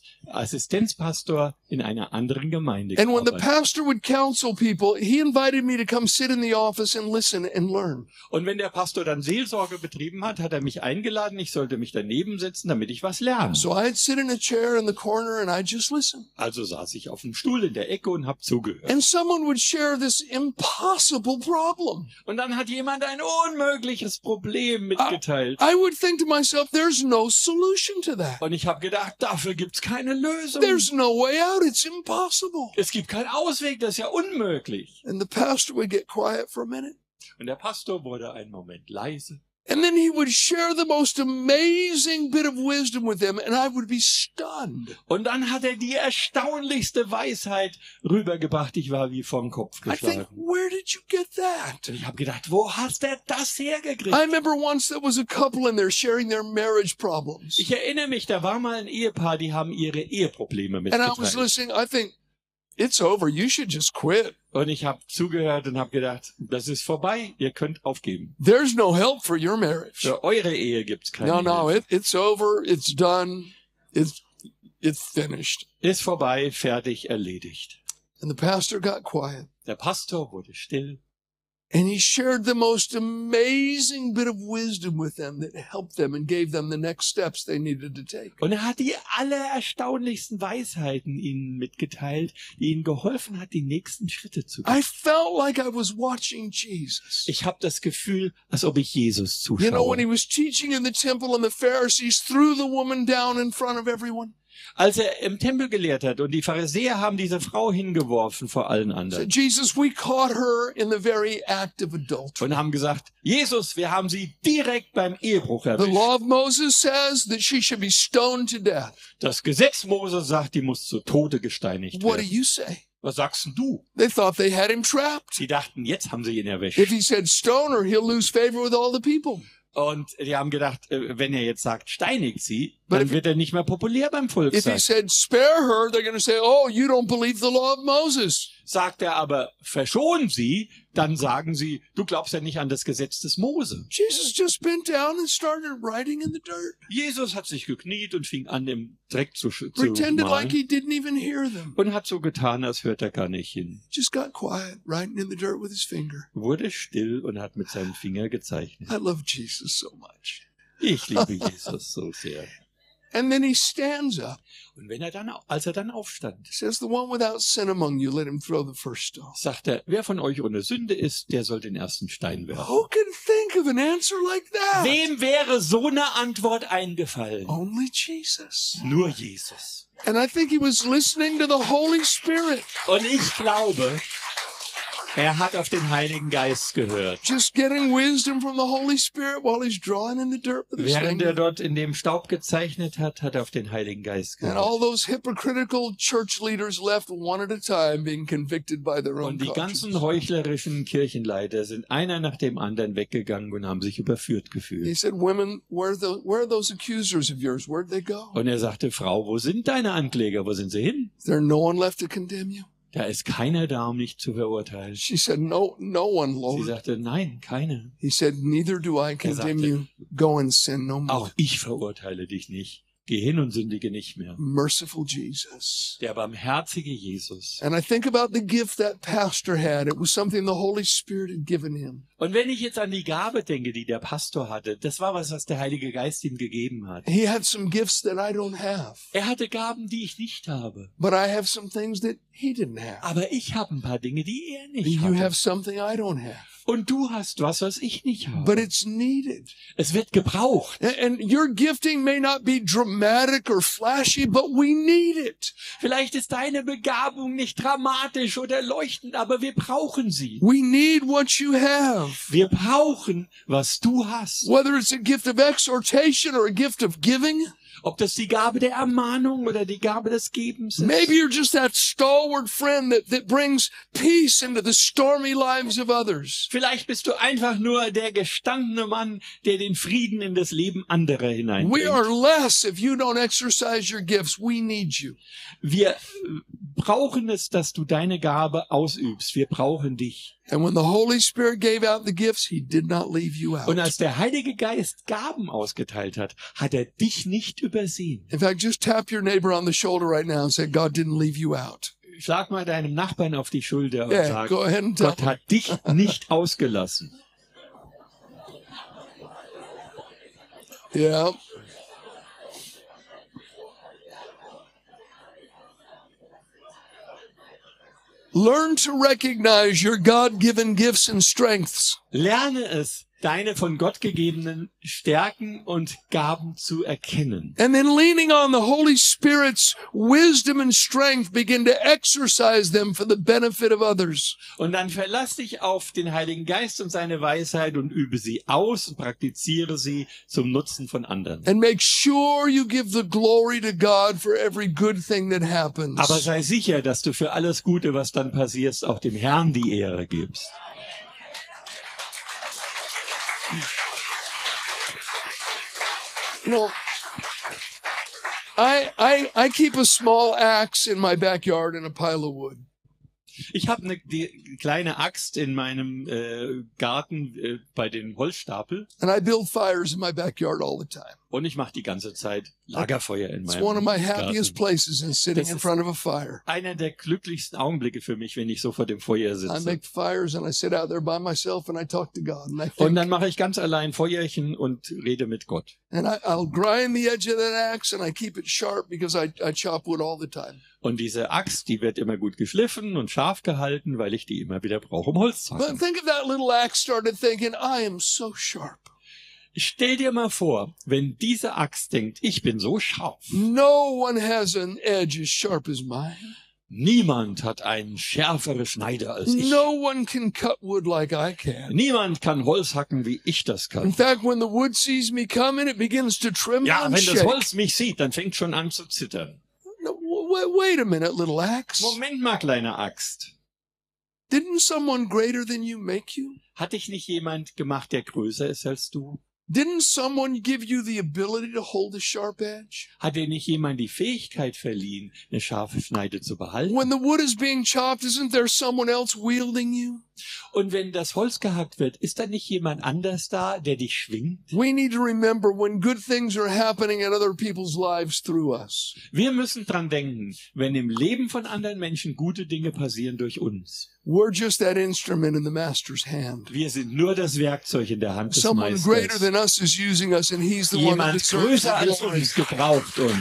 Speaker 2: Assistenzpastor in einer anderen Gemeinde
Speaker 1: And when the
Speaker 2: gearbeitet.
Speaker 1: pastor would counsel people, he invited me to come sit in the office and listen and learn.
Speaker 2: Und wenn der Pastor dann Seelsorge betrieben hat, hat er mich eingeladen, ich sollte mich daneben setzen, damit ich was lerne.
Speaker 1: So I'd sit in a chair in the corner and I'd just listen.
Speaker 2: Also saß ich auf dem Stuhl in der Ecke und habe zugehört.
Speaker 1: And someone would share this impossible problem.
Speaker 2: Und dann hat jemand ein unmögliches Problem mitgeteilt.
Speaker 1: I would think to myself, there's no solution to that.
Speaker 2: Und ich habe gedacht, dafür gibt's keine Lösung.
Speaker 1: There's no way out. It's impossible.
Speaker 2: Es gibt keinen Ausweg, das ist ja unmöglich.
Speaker 1: And the pastor would get quiet for a minute.
Speaker 2: Und der Pastor wurde einen Moment leise.
Speaker 1: And then he would share the most amazing bit of wisdom with them, and I would be stunned.
Speaker 2: Und dann hat er die erstaunlichste Weisheit rübergebracht. Ich war wie vom Kopf
Speaker 1: I think,
Speaker 2: geschlagen.
Speaker 1: where did you get that?
Speaker 2: Und ich habe gedacht, wo hast du das hergekriegt?
Speaker 1: I remember once there was a couple in there sharing their marriage problems.
Speaker 2: Ich erinnere mich, da war mal ein Ehepaar, die haben ihre Eheprobleme
Speaker 1: And I was
Speaker 2: mitgeteilt.
Speaker 1: listening, I think, it's over. You should just quit.
Speaker 2: Und ich habe zugehört und habe gedacht, das ist vorbei, ihr könnt aufgeben.
Speaker 1: There's no help for your marriage.
Speaker 2: Für eure Ehe gibt's keine
Speaker 1: No, no,
Speaker 2: Hilfe.
Speaker 1: it, it's over. It's done. It's, it's finished.
Speaker 2: Ist vorbei, fertig, erledigt.
Speaker 1: And the pastor got quiet.
Speaker 2: Der Pastor wurde still
Speaker 1: And he shared the most amazing bit of wisdom with them that helped them and gave them the next steps they needed to take.
Speaker 2: und er hat die allererstaunlichsten Weisheiten ihnen mitgeteilt, die ihnen geholfen hat, die nächsten Schritte zu gehen.
Speaker 1: I felt like I was watching Jesus.
Speaker 2: Ich habe das Gefühl, als ob ich Jesus zuschaue.
Speaker 1: You know, when he was teaching in the temple and the Pharisees threw the woman down in front of everyone,
Speaker 2: als er im Tempel gelehrt hat und die Pharisäer haben diese Frau hingeworfen vor allen
Speaker 1: said,
Speaker 2: anderen
Speaker 1: Jesus, we caught her in the very act of adultery.
Speaker 2: und haben gesagt, Jesus, wir haben sie direkt beim Ehebruch
Speaker 1: The
Speaker 2: erwischt.
Speaker 1: law of Moses says that she should be stoned to death.
Speaker 2: Das Gesetz Mose sagt, die muss zu Tode gesteinigt
Speaker 1: What do
Speaker 2: werden.
Speaker 1: you say?
Speaker 2: Was sagst denn du?
Speaker 1: They thought they had him trapped.
Speaker 2: Sie dachten, jetzt haben sie ihn
Speaker 1: If
Speaker 2: erwischt.
Speaker 1: he said stone her, he'll lose favor with all the people.
Speaker 2: Und die haben gedacht, äh, wenn er jetzt sagt, steinigt sie,
Speaker 1: But
Speaker 2: dann
Speaker 1: if-
Speaker 2: wird er nicht mehr populär beim Volk
Speaker 1: If he
Speaker 2: sein.
Speaker 1: said spare her, they're going to say, oh, you don't believe the law of Moses.
Speaker 2: Sagt er aber, verschon sie, dann sagen sie, du glaubst ja nicht an das Gesetz des Mose.
Speaker 1: Jesus just bent down and started writing in the dirt,
Speaker 2: Jesus hat sich gekniet und fing an, im Dreck zu, sch- zu
Speaker 1: pretended like
Speaker 2: malen
Speaker 1: he didn't even hear them.
Speaker 2: und hat so getan, als hört er gar nicht hin.
Speaker 1: Just got quiet, writing in the dirt with his finger.
Speaker 2: Wurde still und hat mit seinem Finger gezeichnet.
Speaker 1: I love Jesus so much.
Speaker 2: Ich liebe Jesus so sehr.
Speaker 1: And then he stands up,
Speaker 2: Und wenn er dann, au- als er dann aufstand,
Speaker 1: says, The one without sin among you, let him throw the first stone.
Speaker 2: sagt er, wer von euch ohne Sünde ist, der soll den ersten Stein werfen.
Speaker 1: Who can think of an answer like that?
Speaker 2: Wem wäre so eine Antwort eingefallen?
Speaker 1: Only Jesus.
Speaker 2: Nur Jesus.
Speaker 1: And I think he was listening to the Holy Spirit.
Speaker 2: Und ich glaube, er hat auf den Heiligen Geist gehört.
Speaker 1: Just getting wisdom from the Holy Spirit while he's drawing in the dirt with his
Speaker 2: Während er
Speaker 1: finger.
Speaker 2: dort in dem Staub gezeichnet hat, hat er auf den Heiligen Geist
Speaker 1: And
Speaker 2: gehört.
Speaker 1: all those hypocritical church leaders left one at a time, being convicted by their own
Speaker 2: Und die
Speaker 1: conscience.
Speaker 2: ganzen heuchlerischen Kirchenleiter sind einer nach dem anderen weggegangen und haben sich überführt
Speaker 1: He
Speaker 2: gefühlt.
Speaker 1: said, Women, where are, the, where are those accusers of yours? Where'd they go?
Speaker 2: Und er sagte, Frau, wo sind deine Ankläger? Wo sind sie hin?
Speaker 1: Is there no one left to condemn you?
Speaker 2: Da ist keiner da, um dich zu verurteilen.
Speaker 1: She said, No, no one,
Speaker 2: Sie
Speaker 1: Lord.
Speaker 2: sagte, nein, keiner.
Speaker 1: He said, Neither do I condemn you. Go and sin no more.
Speaker 2: Auch ich verurteile dich nicht. Geh hin und sündige nicht mehr.
Speaker 1: Merciful Jesus.
Speaker 2: Der barmherzige Jesus.
Speaker 1: And I think about the gift that pastor had. It was something the Holy Spirit had given him.
Speaker 2: Und wenn ich jetzt an die Gabe denke, die der Pastor hatte, das war was, was der Heilige Geist ihm gegeben hat.
Speaker 1: He had some gifts that I don't have,
Speaker 2: Er hatte Gaben, die ich nicht habe.
Speaker 1: but I have some things that he didn't have.
Speaker 2: Aber ich habe ein paar Dinge, die er nicht
Speaker 1: You
Speaker 2: hatte.
Speaker 1: have something I don't have.
Speaker 2: Und du hast was, was ich nicht habe.
Speaker 1: but it's needed.
Speaker 2: Es wird gebraucht.
Speaker 1: A- And your gifting may not be dramatic or flashy, but we need it.
Speaker 2: Vielleicht ist deine Begabung nicht dramatisch oder leuchtend, aber wir brauchen sie.
Speaker 1: We need what you have.
Speaker 2: Wir brauchen, was du hast.
Speaker 1: Whether it's a gift of exhortation or a gift of giving,
Speaker 2: Ob das die Gabe der Ermahnung oder die Gabe des Gebens ist.
Speaker 1: maybe you're just that stalwart friend that, that brings peace into the stormy lives of others.
Speaker 2: Vielleicht bist du einfach nur der gestandene Mann, der den Frieden in das Leben anderer
Speaker 1: We
Speaker 2: hineinbringt.
Speaker 1: are less if you don't exercise your gifts. We need you.
Speaker 2: Wir äh, brauchen es, dass du deine Gabe ausübst. Wir brauchen dich.
Speaker 1: And when the Holy Spirit gave out the gifts, He did not leave you out.
Speaker 2: Und als der Heilige Geist Gaben ausgeteilt hat, hat er dich nicht übersehen.
Speaker 1: In fact, just tap your neighbor on the shoulder right now and say, God didn't leave you out.
Speaker 2: Schlag mal deinem Nachbarn auf die Schulter und
Speaker 1: Yeah,
Speaker 2: sag,
Speaker 1: go ahead and tell
Speaker 2: Gott
Speaker 1: him.
Speaker 2: hat dich nicht ausgelassen.
Speaker 1: Yeah. Learn to recognize your God given gifts and strengths.
Speaker 2: Lerne es, deine von Gott gegebenen Stärken und Gaben zu erkennen.
Speaker 1: And then, leaning on the Holy Spirit's wisdom and strength, begin to exercise them for the benefit of others.
Speaker 2: Und dann verlass dich auf den Heiligen Geist und seine Weisheit und übe sie aus und praktiziere sie zum Nutzen von anderen.
Speaker 1: And make sure you give the glory to God for every good thing that happens.
Speaker 2: Aber sei sicher, dass du für alles Gute, was dann passiert, auch dem Herrn die Ehre gibst.
Speaker 1: You know, I, I, I keep a small axe in my backyard in a pile of wood.
Speaker 2: Ich habe eine die- kleine Axt in meinem äh, Garten äh, bei den Holzstapel
Speaker 1: and I build fires in my backyard all the time.
Speaker 2: und ich mache die ganze Zeit Lagerfeuer in
Speaker 1: It's one of
Speaker 2: meinem
Speaker 1: my happiest
Speaker 2: Garten.
Speaker 1: places is sitting
Speaker 2: This
Speaker 1: in
Speaker 2: is-
Speaker 1: front of a fire.
Speaker 2: Einer der glücklichsten Augenblicke für mich, wenn ich so vor dem Feuer
Speaker 1: I
Speaker 2: sitze.
Speaker 1: make fires and I sit out there by myself and I talk to God and I
Speaker 2: Und
Speaker 1: think,
Speaker 2: dann mache ich ganz allein Feuerchen und rede mit Gott.
Speaker 1: and I, I'll grind the edge of that axe and I keep it sharp because I, I chop wood all the time.
Speaker 2: Und diese Axt, die wird immer gut geschliffen und scharf gehalten, weil ich die immer wieder brauche, um Holz zu
Speaker 1: But
Speaker 2: hacken.
Speaker 1: think if that little axe started thinking, I am so sharp.
Speaker 2: Stell dir mal vor, wenn diese Axt denkt, ich bin so scharf.
Speaker 1: No one has an edge as sharp as mine.
Speaker 2: Niemand hat einen schärferen Schneider als ich.
Speaker 1: No one can cut wood like I can.
Speaker 2: Niemand kann Holz hacken, wie ich das
Speaker 1: In
Speaker 2: kann.
Speaker 1: fact, when the wood sees me coming, it begins to tremble
Speaker 2: Ja,
Speaker 1: and
Speaker 2: wenn das
Speaker 1: shake.
Speaker 2: Holz mich sieht, dann fängt schon an zu zittern.
Speaker 1: No, w- w- wait a minute, little axe.
Speaker 2: Moment mal, kleine Axt.
Speaker 1: Didn't someone greater than you make you?
Speaker 2: Hat dich nicht jemand gemacht, der größer ist als du?
Speaker 1: Didn't someone give you the ability to hold a sharp edge?
Speaker 2: Hat dir nicht jemand die Fähigkeit verliehen, eine scharfe Schneide zu behalten?
Speaker 1: When the wood is being chopped, isn't there someone else wielding you?
Speaker 2: Und wenn das Holz gehackt wird, ist da nicht jemand anders da, der dich schwingt?
Speaker 1: We need to remember when good things are happening in other people's lives through us.
Speaker 2: Wir müssen dran denken, wenn im Leben von anderen Menschen gute Dinge passieren durch uns.
Speaker 1: We're just that instrument in the master's hand.
Speaker 2: Wir sind nur das Werkzeug in der Hand des
Speaker 1: Someone greater
Speaker 2: Meisters.
Speaker 1: than us is using us, and he's the one that
Speaker 2: Jemand
Speaker 1: deserves
Speaker 2: größer
Speaker 1: the
Speaker 2: als
Speaker 1: glory.
Speaker 2: uns gebraucht uns.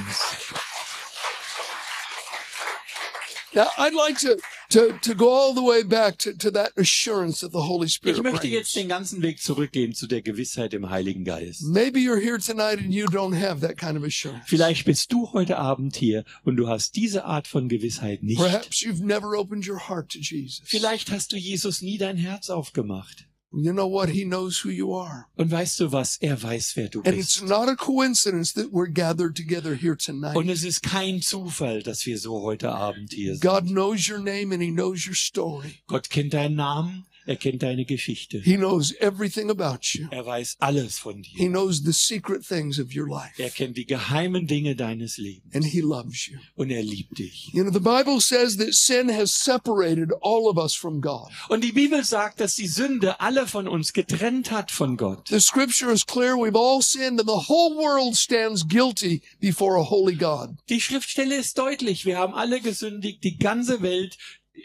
Speaker 1: Now, I'd like to, to, to go all the way back to, to that assurance that the Holy Spirit
Speaker 2: Ich möchte
Speaker 1: brings.
Speaker 2: jetzt den ganzen Weg zurückgehen zu der Gewissheit im Heiligen Geist.
Speaker 1: Maybe you're here tonight and you don't have that kind of assurance.
Speaker 2: Vielleicht bist du heute Abend hier und du hast diese Art von Gewissheit nicht.
Speaker 1: Perhaps you've never opened your heart to Jesus.
Speaker 2: Vielleicht hast du Jesus nie dein Herz aufgemacht.
Speaker 1: You know what? He knows who you are.
Speaker 2: Und weißt du was? Er weiß, wer du
Speaker 1: And
Speaker 2: bist.
Speaker 1: it's not a coincidence that we're gathered together here
Speaker 2: Und
Speaker 1: tonight.
Speaker 2: es ist kein Zufall, dass wir so heute Abend hier sind.
Speaker 1: God knows your name and He knows your story.
Speaker 2: Gott kennt deinen Namen, er kennt deine Geschichte.
Speaker 1: He knows everything about you.
Speaker 2: Er weiß alles von
Speaker 1: He
Speaker 2: dir.
Speaker 1: knows the secret things of your life.
Speaker 2: Er kennt die geheimen Dinge deines Lebens
Speaker 1: And He loves you.
Speaker 2: und er liebt dich.
Speaker 1: You know, the Bible says that sin has separated all of us from God.
Speaker 2: Und die Bibel sagt, dass die Sünde alle von uns getrennt hat von Gott.
Speaker 1: The scripture is clear. We've all sinned and the whole world stands guilty before a holy God.
Speaker 2: Die Schriftstelle ist deutlich, wir haben alle gesündigt, die ganze Welt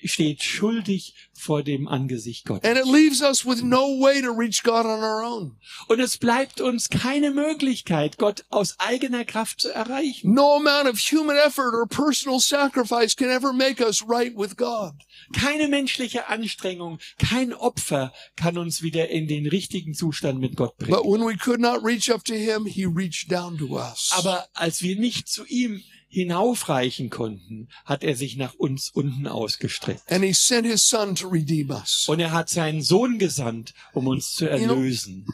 Speaker 2: steht schuldig vor dem Angesicht Gottes.
Speaker 1: And it leaves us with no way to reach God on our own,
Speaker 2: Und es bleibt uns keine Möglichkeit, Gott aus eigener Kraft zu erreichen.
Speaker 1: no amount of human effort or personal sacrifice can ever make us right with God.
Speaker 2: Keine menschliche Anstrengung, kein Opfer kann uns wieder in den richtigen Zustand mit Gott bringen.
Speaker 1: But when we could not reach up to Him, He reached down to us.
Speaker 2: Aber als wir nicht zu ihm hinaufreichen konnten, hat er sich nach uns unten ausgestreckt.
Speaker 1: And He sent His Son to redeem us.
Speaker 2: Und er hat seinen Sohn gesandt, um uns zu erlösen.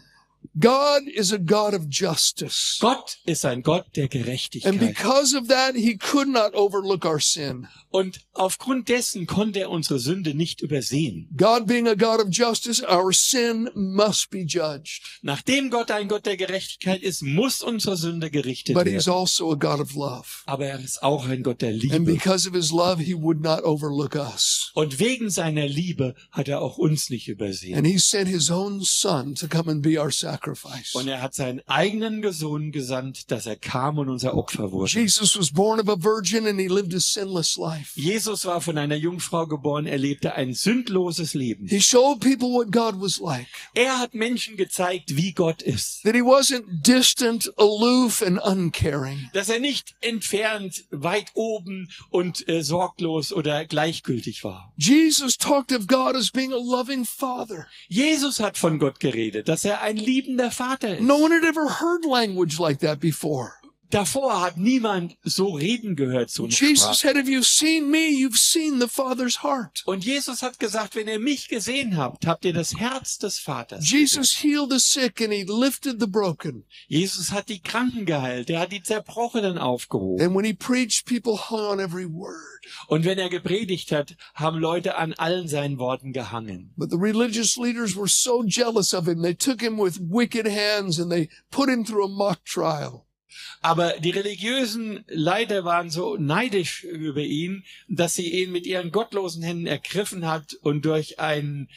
Speaker 1: God is a God of justice.
Speaker 2: Gott ist ein Gott der
Speaker 1: And
Speaker 2: Gerechtigkeit.
Speaker 1: because of that, He could not overlook our sin.
Speaker 2: Und aufgrund dessen konnte er unsere Sünde nicht übersehen.
Speaker 1: God being a God of justice, our sin must be judged.
Speaker 2: Nachdem Gott ein Gott der Gerechtigkeit ist, muss unsere Sünde gerichtet
Speaker 1: But He's
Speaker 2: werden.
Speaker 1: also a God of love.
Speaker 2: Aber er ist auch ein Gott der
Speaker 1: And
Speaker 2: Liebe.
Speaker 1: because of His love, He would not overlook us.
Speaker 2: Und wegen seiner Liebe hat er auch uns nicht übersehen.
Speaker 1: And He sent His own Son to come and be our sacrifice.
Speaker 2: Und er hat seinen eigenen Sohn gesandt, dass er kam und unser Opfer wurde.
Speaker 1: Jesus was born of a virgin and He lived a sinless life.
Speaker 2: Jesus war von einer Jungfrau geboren, er lebte ein sündloses Leben.
Speaker 1: He showed people what God was like.
Speaker 2: Er hat Menschen gezeigt, wie Gott ist.
Speaker 1: that he wasn't distant, aloof, and uncaring,
Speaker 2: Dass er nicht entfernt, weit oben und äh, sorglos oder gleichgültig war.
Speaker 1: Jesus talked of God as being a loving father.
Speaker 2: Jesus hat von Gott geredet, dass er ein liebender Vater ist.
Speaker 1: No one had ever heard language like that before.
Speaker 2: Davor hat niemand so reden gehört zu einer
Speaker 1: Jesus
Speaker 2: Sprache.
Speaker 1: said, If you've seen me, you've seen the Father's heart.
Speaker 2: Und Jesus hat gesagt, wenn ihr mich gesehen habt, habt ihr das Herz des Vaters. gesehen.
Speaker 1: Jesus healed the sick and he lifted the broken.
Speaker 2: Jesus hat die Kranken geheilt, er hat die Zerbrochenen aufgehoben.
Speaker 1: And when he preached, people hung on every word.
Speaker 2: Und wenn er gepredigt hat, haben Leute an allen seinen Worten gehangen.
Speaker 1: But the religious leaders were so jealous of him, they took him with wicked hands and they put him through a mock trial.
Speaker 2: Aber die religiösen Leiter waren so neidisch über ihn, dass sie ihn mit ihren gottlosen Händen ergriffen hat und durch einen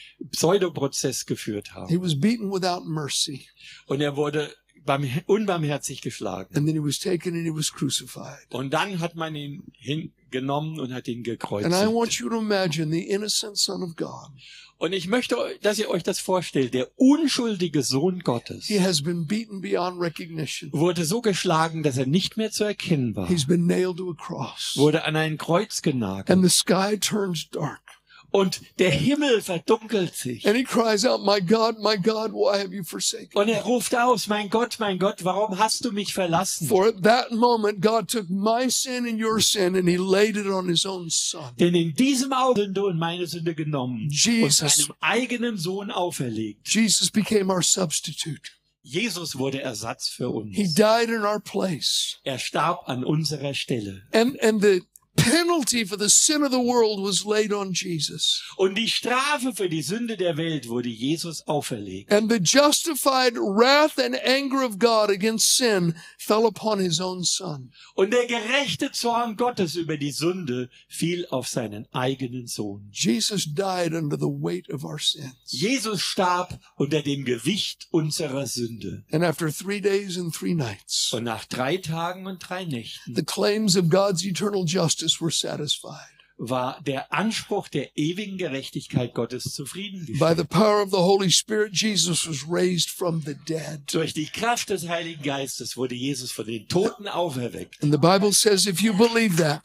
Speaker 2: Pseudoprozess geführt
Speaker 1: He
Speaker 2: haben.
Speaker 1: was beaten without mercy.
Speaker 2: Und er wurde barmher- unbarmherzig geschlagen.
Speaker 1: And then he was taken and he was crucified.
Speaker 2: Und dann hat man ihn hingenommen und hat ihn
Speaker 1: And I
Speaker 2: gekreuzigt.
Speaker 1: want you to imagine the innocent Son of God.
Speaker 2: Und ich möchte, eu- dass ihr euch das vorstellt. Der unschuldige Sohn Gottes
Speaker 1: He has been beaten beyond recognition.
Speaker 2: wurde so geschlagen, dass er nicht mehr zu erkennen war.
Speaker 1: He's been nailed to a cross.
Speaker 2: wurde an ein Kreuz genagelt
Speaker 1: And the sky turns dark.
Speaker 2: und der Himmel verdunkelt sich
Speaker 1: And he cries out, My God, my God, why have you forsaken?
Speaker 2: und er ruft aus, mein Gott, mein Gott, warum hast du mich verlassen?
Speaker 1: For at that moment, God took my sin and your sin and he laid it on his own son.
Speaker 2: Denn in diesem Augenblick Sünde und meine Sünde genommen und
Speaker 1: Jesus,
Speaker 2: seinem eigenen Sohn auferlegt.
Speaker 1: Jesus became our substitute.
Speaker 2: Jesus wurde Ersatz für
Speaker 1: He
Speaker 2: uns.
Speaker 1: died in our place.
Speaker 2: Er starb an unserer Stelle.
Speaker 1: And, and the penalty for the sin of the world was laid on Jesus.
Speaker 2: Und die Strafe für die Sünde der Welt wurde Jesus auferlegt.
Speaker 1: And the justified wrath and anger of God against sin fell upon his own son.
Speaker 2: Und der gerechte Zorn Gottes über die Sünde fiel auf seinen eigenen Sohn.
Speaker 1: Jesus died under the weight of our sins.
Speaker 2: Jesus starb unter dem Gewicht unserer Sünde.
Speaker 1: And after three days and three nights,
Speaker 2: Und nach drei Tagen und drei Nächten
Speaker 1: the claims of God's eternal justice were satisfied.
Speaker 2: war der Anspruch der ewigen Gerechtigkeit Gottes
Speaker 1: By
Speaker 2: zufriedengestellt.
Speaker 1: the power of the Holy Spirit, Jesus was raised from the dead.
Speaker 2: Durch die Kraft des Heiligen Geistes wurde Jesus von den Toten auferweckt.
Speaker 1: And the Bible says if you believe that,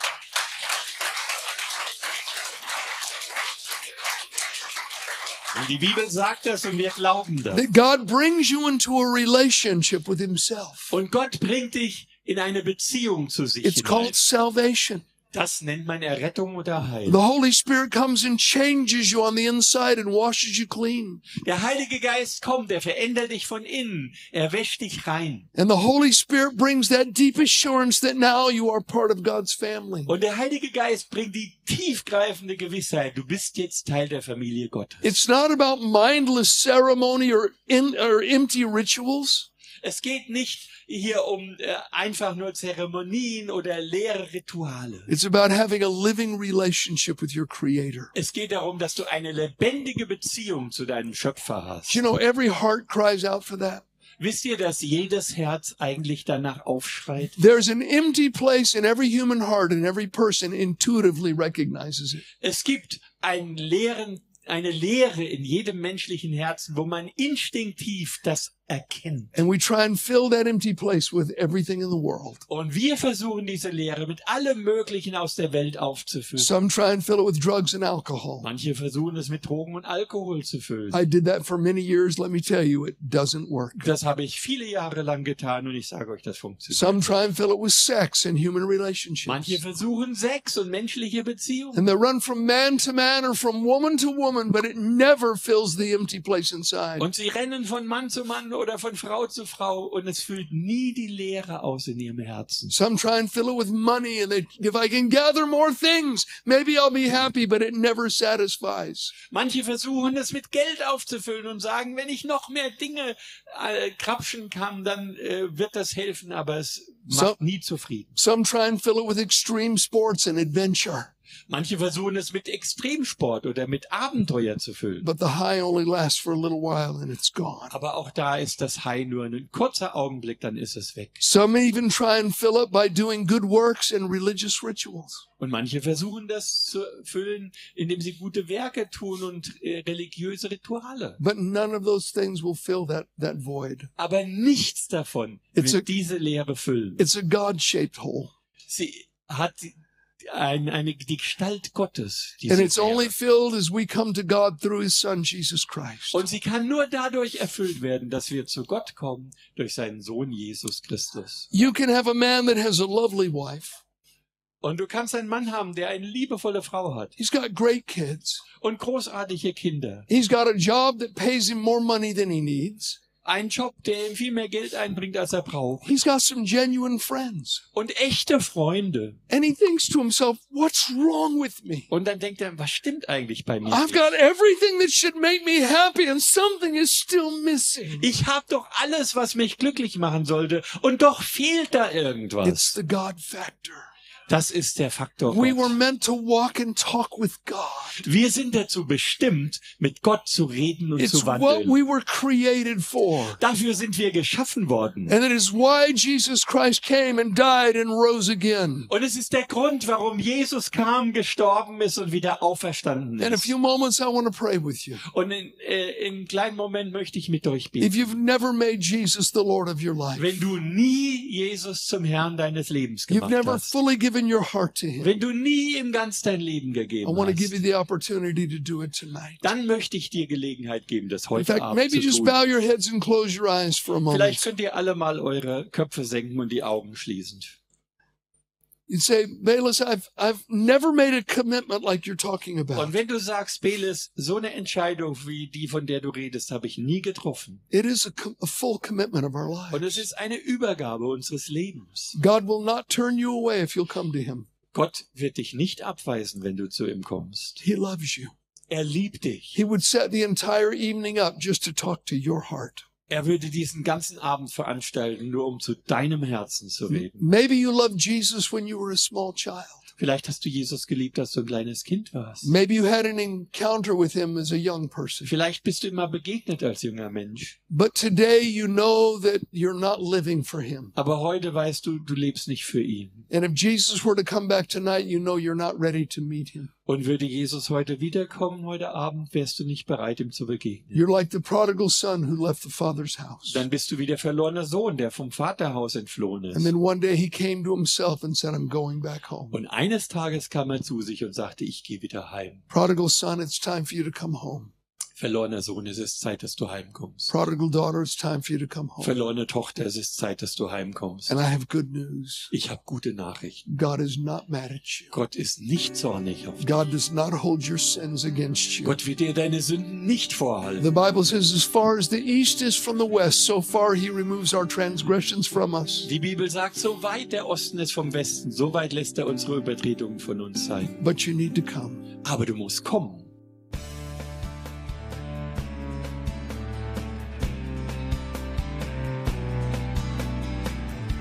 Speaker 2: Und die Bibel sagt das und wir glauben das.
Speaker 1: that God brings you into a relationship with himself.
Speaker 2: Und Gott bringt dich in eine Beziehung zu sich.
Speaker 1: It's
Speaker 2: hinein.
Speaker 1: called salvation.
Speaker 2: Das nennt man Errettung oder Heil.
Speaker 1: The Holy Spirit comes and changes you on the inside and washes you clean.
Speaker 2: Der Heilige Geist kommt, er verändert dich von innen, er wäscht dich rein.
Speaker 1: And the Holy Spirit brings that deep assurance that now you are part of God's family.
Speaker 2: Und der Heilige Geist bringt die tiefgreifende Gewissheit, du bist jetzt Teil der Familie Gottes.
Speaker 1: It's not about mindless ceremony or, in, or empty rituals.
Speaker 2: Es geht nicht hier um äh, einfach nur Zeremonien oder leere Rituale.
Speaker 1: It's about having a living relationship with your Creator.
Speaker 2: Es geht darum, dass du eine lebendige Beziehung zu deinem Schöpfer hast.
Speaker 1: Genau. You know, every heart cries out for that.
Speaker 2: Wisst ihr, dass jedes Herz eigentlich danach aufschreit?
Speaker 1: There's an empty place in every human heart, and every person intuitively recognizes it.
Speaker 2: Es gibt einen leeren, eine Leere in jedem menschlichen Herzen, wo man instinktiv das erkennt.
Speaker 1: And we try and fill that empty place with everything in the world.
Speaker 2: Und wir versuchen diese Leere mit allem Möglichen aus der Welt aufzufüllen.
Speaker 1: Some try and fill it with drugs and alcohol.
Speaker 2: Manche versuchen es mit Drogen und Alkohol zu füllen.
Speaker 1: I did that for many years. Let me tell you, it doesn't work.
Speaker 2: Das habe ich viele Jahre lang getan und ich sage euch, das funktioniert.
Speaker 1: Some try and fill it with sex and human
Speaker 2: Manche
Speaker 1: relationships.
Speaker 2: versuchen Sex und menschliche Beziehungen.
Speaker 1: And they run from man to man or from woman to woman, but it never fills the empty place inside.
Speaker 2: Und sie rennen von Mann zu Mann oder von Frau zu Frau und es füllt nie die Leere aus in ihrem Herzen.
Speaker 1: Some try and fill it with money and they, if I can gather more things, maybe I'll be happy, but it never satisfies.
Speaker 2: Manche versuchen es mit Geld aufzufüllen und sagen, wenn ich noch mehr Dinge äh, krapschen kann, dann äh, wird das helfen, aber es macht nie zufrieden.
Speaker 1: Some try and fill it with extreme sports and adventure,
Speaker 2: Manche versuchen es mit Extremsport oder mit Abenteuer zu füllen.
Speaker 1: but the high only lasts for a little while and it's gone.
Speaker 2: Aber auch da ist das High nur ein kurzer Augenblick, dann ist es weg.
Speaker 1: Some even try and fill up by doing good works and religious rituals.
Speaker 2: Und manche versuchen das zu füllen, indem sie gute Werke tun und äh, religiöse Rituale.
Speaker 1: But none of those things will fill that, that void.
Speaker 2: Aber nichts davon
Speaker 1: It's a-
Speaker 2: wird diese Leere füllen.
Speaker 1: It's a God shaped hole.
Speaker 2: Sie hat ein, eine, die Gestalt Gottes. Diese
Speaker 1: And it's
Speaker 2: Leere.
Speaker 1: only filled as we come to God through His Son, Jesus Christ.
Speaker 2: Und sie kann nur dadurch erfüllt werden, dass wir zu Gott kommen durch seinen Sohn Jesus Christus.
Speaker 1: You can have a man that has a lovely wife.
Speaker 2: Und du kannst einen Mann haben, der eine liebevolle Frau hat
Speaker 1: He's got great kids.
Speaker 2: und großartige Kinder.
Speaker 1: He's got a job that pays him more money than he needs.
Speaker 2: Einen Job, der ihm viel mehr Geld einbringt, als er braucht.
Speaker 1: He's got some genuine friends.
Speaker 2: Und echte Freunde.
Speaker 1: And he thinks to himself, what's wrong with me?
Speaker 2: Und dann denkt er, was stimmt eigentlich bei mir?
Speaker 1: I've
Speaker 2: nicht?
Speaker 1: got everything that should make me happy and something is still missing.
Speaker 2: Ich habe doch alles, was mich glücklich machen sollte, und doch fehlt da irgendwas.
Speaker 1: It's the God factor.
Speaker 2: Das ist der Faktor.
Speaker 1: We were
Speaker 2: Gott.
Speaker 1: meant to walk and talk with God.
Speaker 2: Wir sind dazu bestimmt, mit Gott zu reden und
Speaker 1: It's
Speaker 2: zu
Speaker 1: what
Speaker 2: wandeln.
Speaker 1: we were created for.
Speaker 2: Dafür sind wir geschaffen worden.
Speaker 1: And it is why Jesus Christ came and died and rose again.
Speaker 2: Und es ist der Grund, warum Jesus kam, gestorben ist und wieder auferstanden
Speaker 1: In a
Speaker 2: ist.
Speaker 1: few moments, I want to pray with you.
Speaker 2: Und in, äh, in einem kleinen Moment möchte ich mit euch
Speaker 1: If
Speaker 2: beten.
Speaker 1: you've never made Jesus the Lord of your life,
Speaker 2: Wenn du nie Jesus zum Herrn deines Lebens
Speaker 1: you've
Speaker 2: gemacht
Speaker 1: never
Speaker 2: hast,
Speaker 1: fully given your heart to Him,
Speaker 2: wenn du nie im Ganz dein Leben
Speaker 1: I
Speaker 2: gegeben
Speaker 1: want to give
Speaker 2: hast,
Speaker 1: you the opportunity to do it tonight.
Speaker 2: dann möchte ich dir Gelegenheit geben, das
Speaker 1: In
Speaker 2: heute
Speaker 1: fact,
Speaker 2: Abend
Speaker 1: maybe
Speaker 2: zu
Speaker 1: just
Speaker 2: tun.
Speaker 1: bow your heads and close your eyes for a
Speaker 2: Vielleicht
Speaker 1: moment.
Speaker 2: könnt ihr alle mal eure Köpfe senken und die Augen schließen.
Speaker 1: You'd say, Bayless, I've, I've never made a commitment like you're talking
Speaker 2: Und
Speaker 1: about.
Speaker 2: wenn du sagst, Belis, so eine Entscheidung wie die, von der du redest, habe ich nie getroffen.
Speaker 1: It is a, com- a full commitment of our
Speaker 2: Und
Speaker 1: life.
Speaker 2: es ist eine Übergabe unseres Lebens.
Speaker 1: God will not turn you away if you'll come to Him.
Speaker 2: Gott wird dich nicht abweisen, wenn du zu ihm kommst.
Speaker 1: He loves you.
Speaker 2: Er liebt dich.
Speaker 1: He would set the entire evening up just to talk to your heart.
Speaker 2: Er würde diesen ganzen Abend veranstalten, nur um zu deinem Herzen zu
Speaker 1: Hm.
Speaker 2: reden.
Speaker 1: Maybe you loved Jesus when you were a small child.
Speaker 2: Vielleicht hast du Jesus geliebt, als du ein kleines Kind warst.
Speaker 1: Maybe you had an encounter with Him as a young person.
Speaker 2: Vielleicht bist du immer begegnet als junger Mensch.
Speaker 1: But today you know that you're not living for Him.
Speaker 2: Aber heute weißt du, du lebst nicht für ihn.
Speaker 1: And if Jesus were to come back tonight, you know you're not ready to meet Him.
Speaker 2: Und würde Jesus heute wiederkommen, heute Abend, wärst du nicht bereit, ihm zu begegnen.
Speaker 1: You're like the prodigal son who left the Father's house.
Speaker 2: Dann bist du wie der verlorene Sohn, der vom Vaterhaus entflohen
Speaker 1: And
Speaker 2: ist.
Speaker 1: then one day he came to himself and said, I'm going back home.
Speaker 2: Und eines Tages kam er zu sich und sagte, ich gehe wieder heim.
Speaker 1: Prodigal son, it's time for you to come home.
Speaker 2: Verlorener Sohn, es ist Zeit, dass du heimkommst.
Speaker 1: Prodigal daughter, it's time for you to come home.
Speaker 2: Verlorene Tochter, es ist Zeit, dass du heimkommst.
Speaker 1: And I have good news.
Speaker 2: Ich habe gute Nachrichten.
Speaker 1: God is not mad at you.
Speaker 2: Gott ist nicht zornig auf dich.
Speaker 1: God does not hold your sins against you.
Speaker 2: Gott wird dir deine Sünden nicht vorhalten.
Speaker 1: The Bible says, as far as the east is from the west, so far he removes our transgressions from us.
Speaker 2: Die Bibel sagt, so weit der Osten ist vom Westen, so weit lässt er unsere Übertretungen von uns sein.
Speaker 1: But you need to come.
Speaker 2: Aber du musst kommen.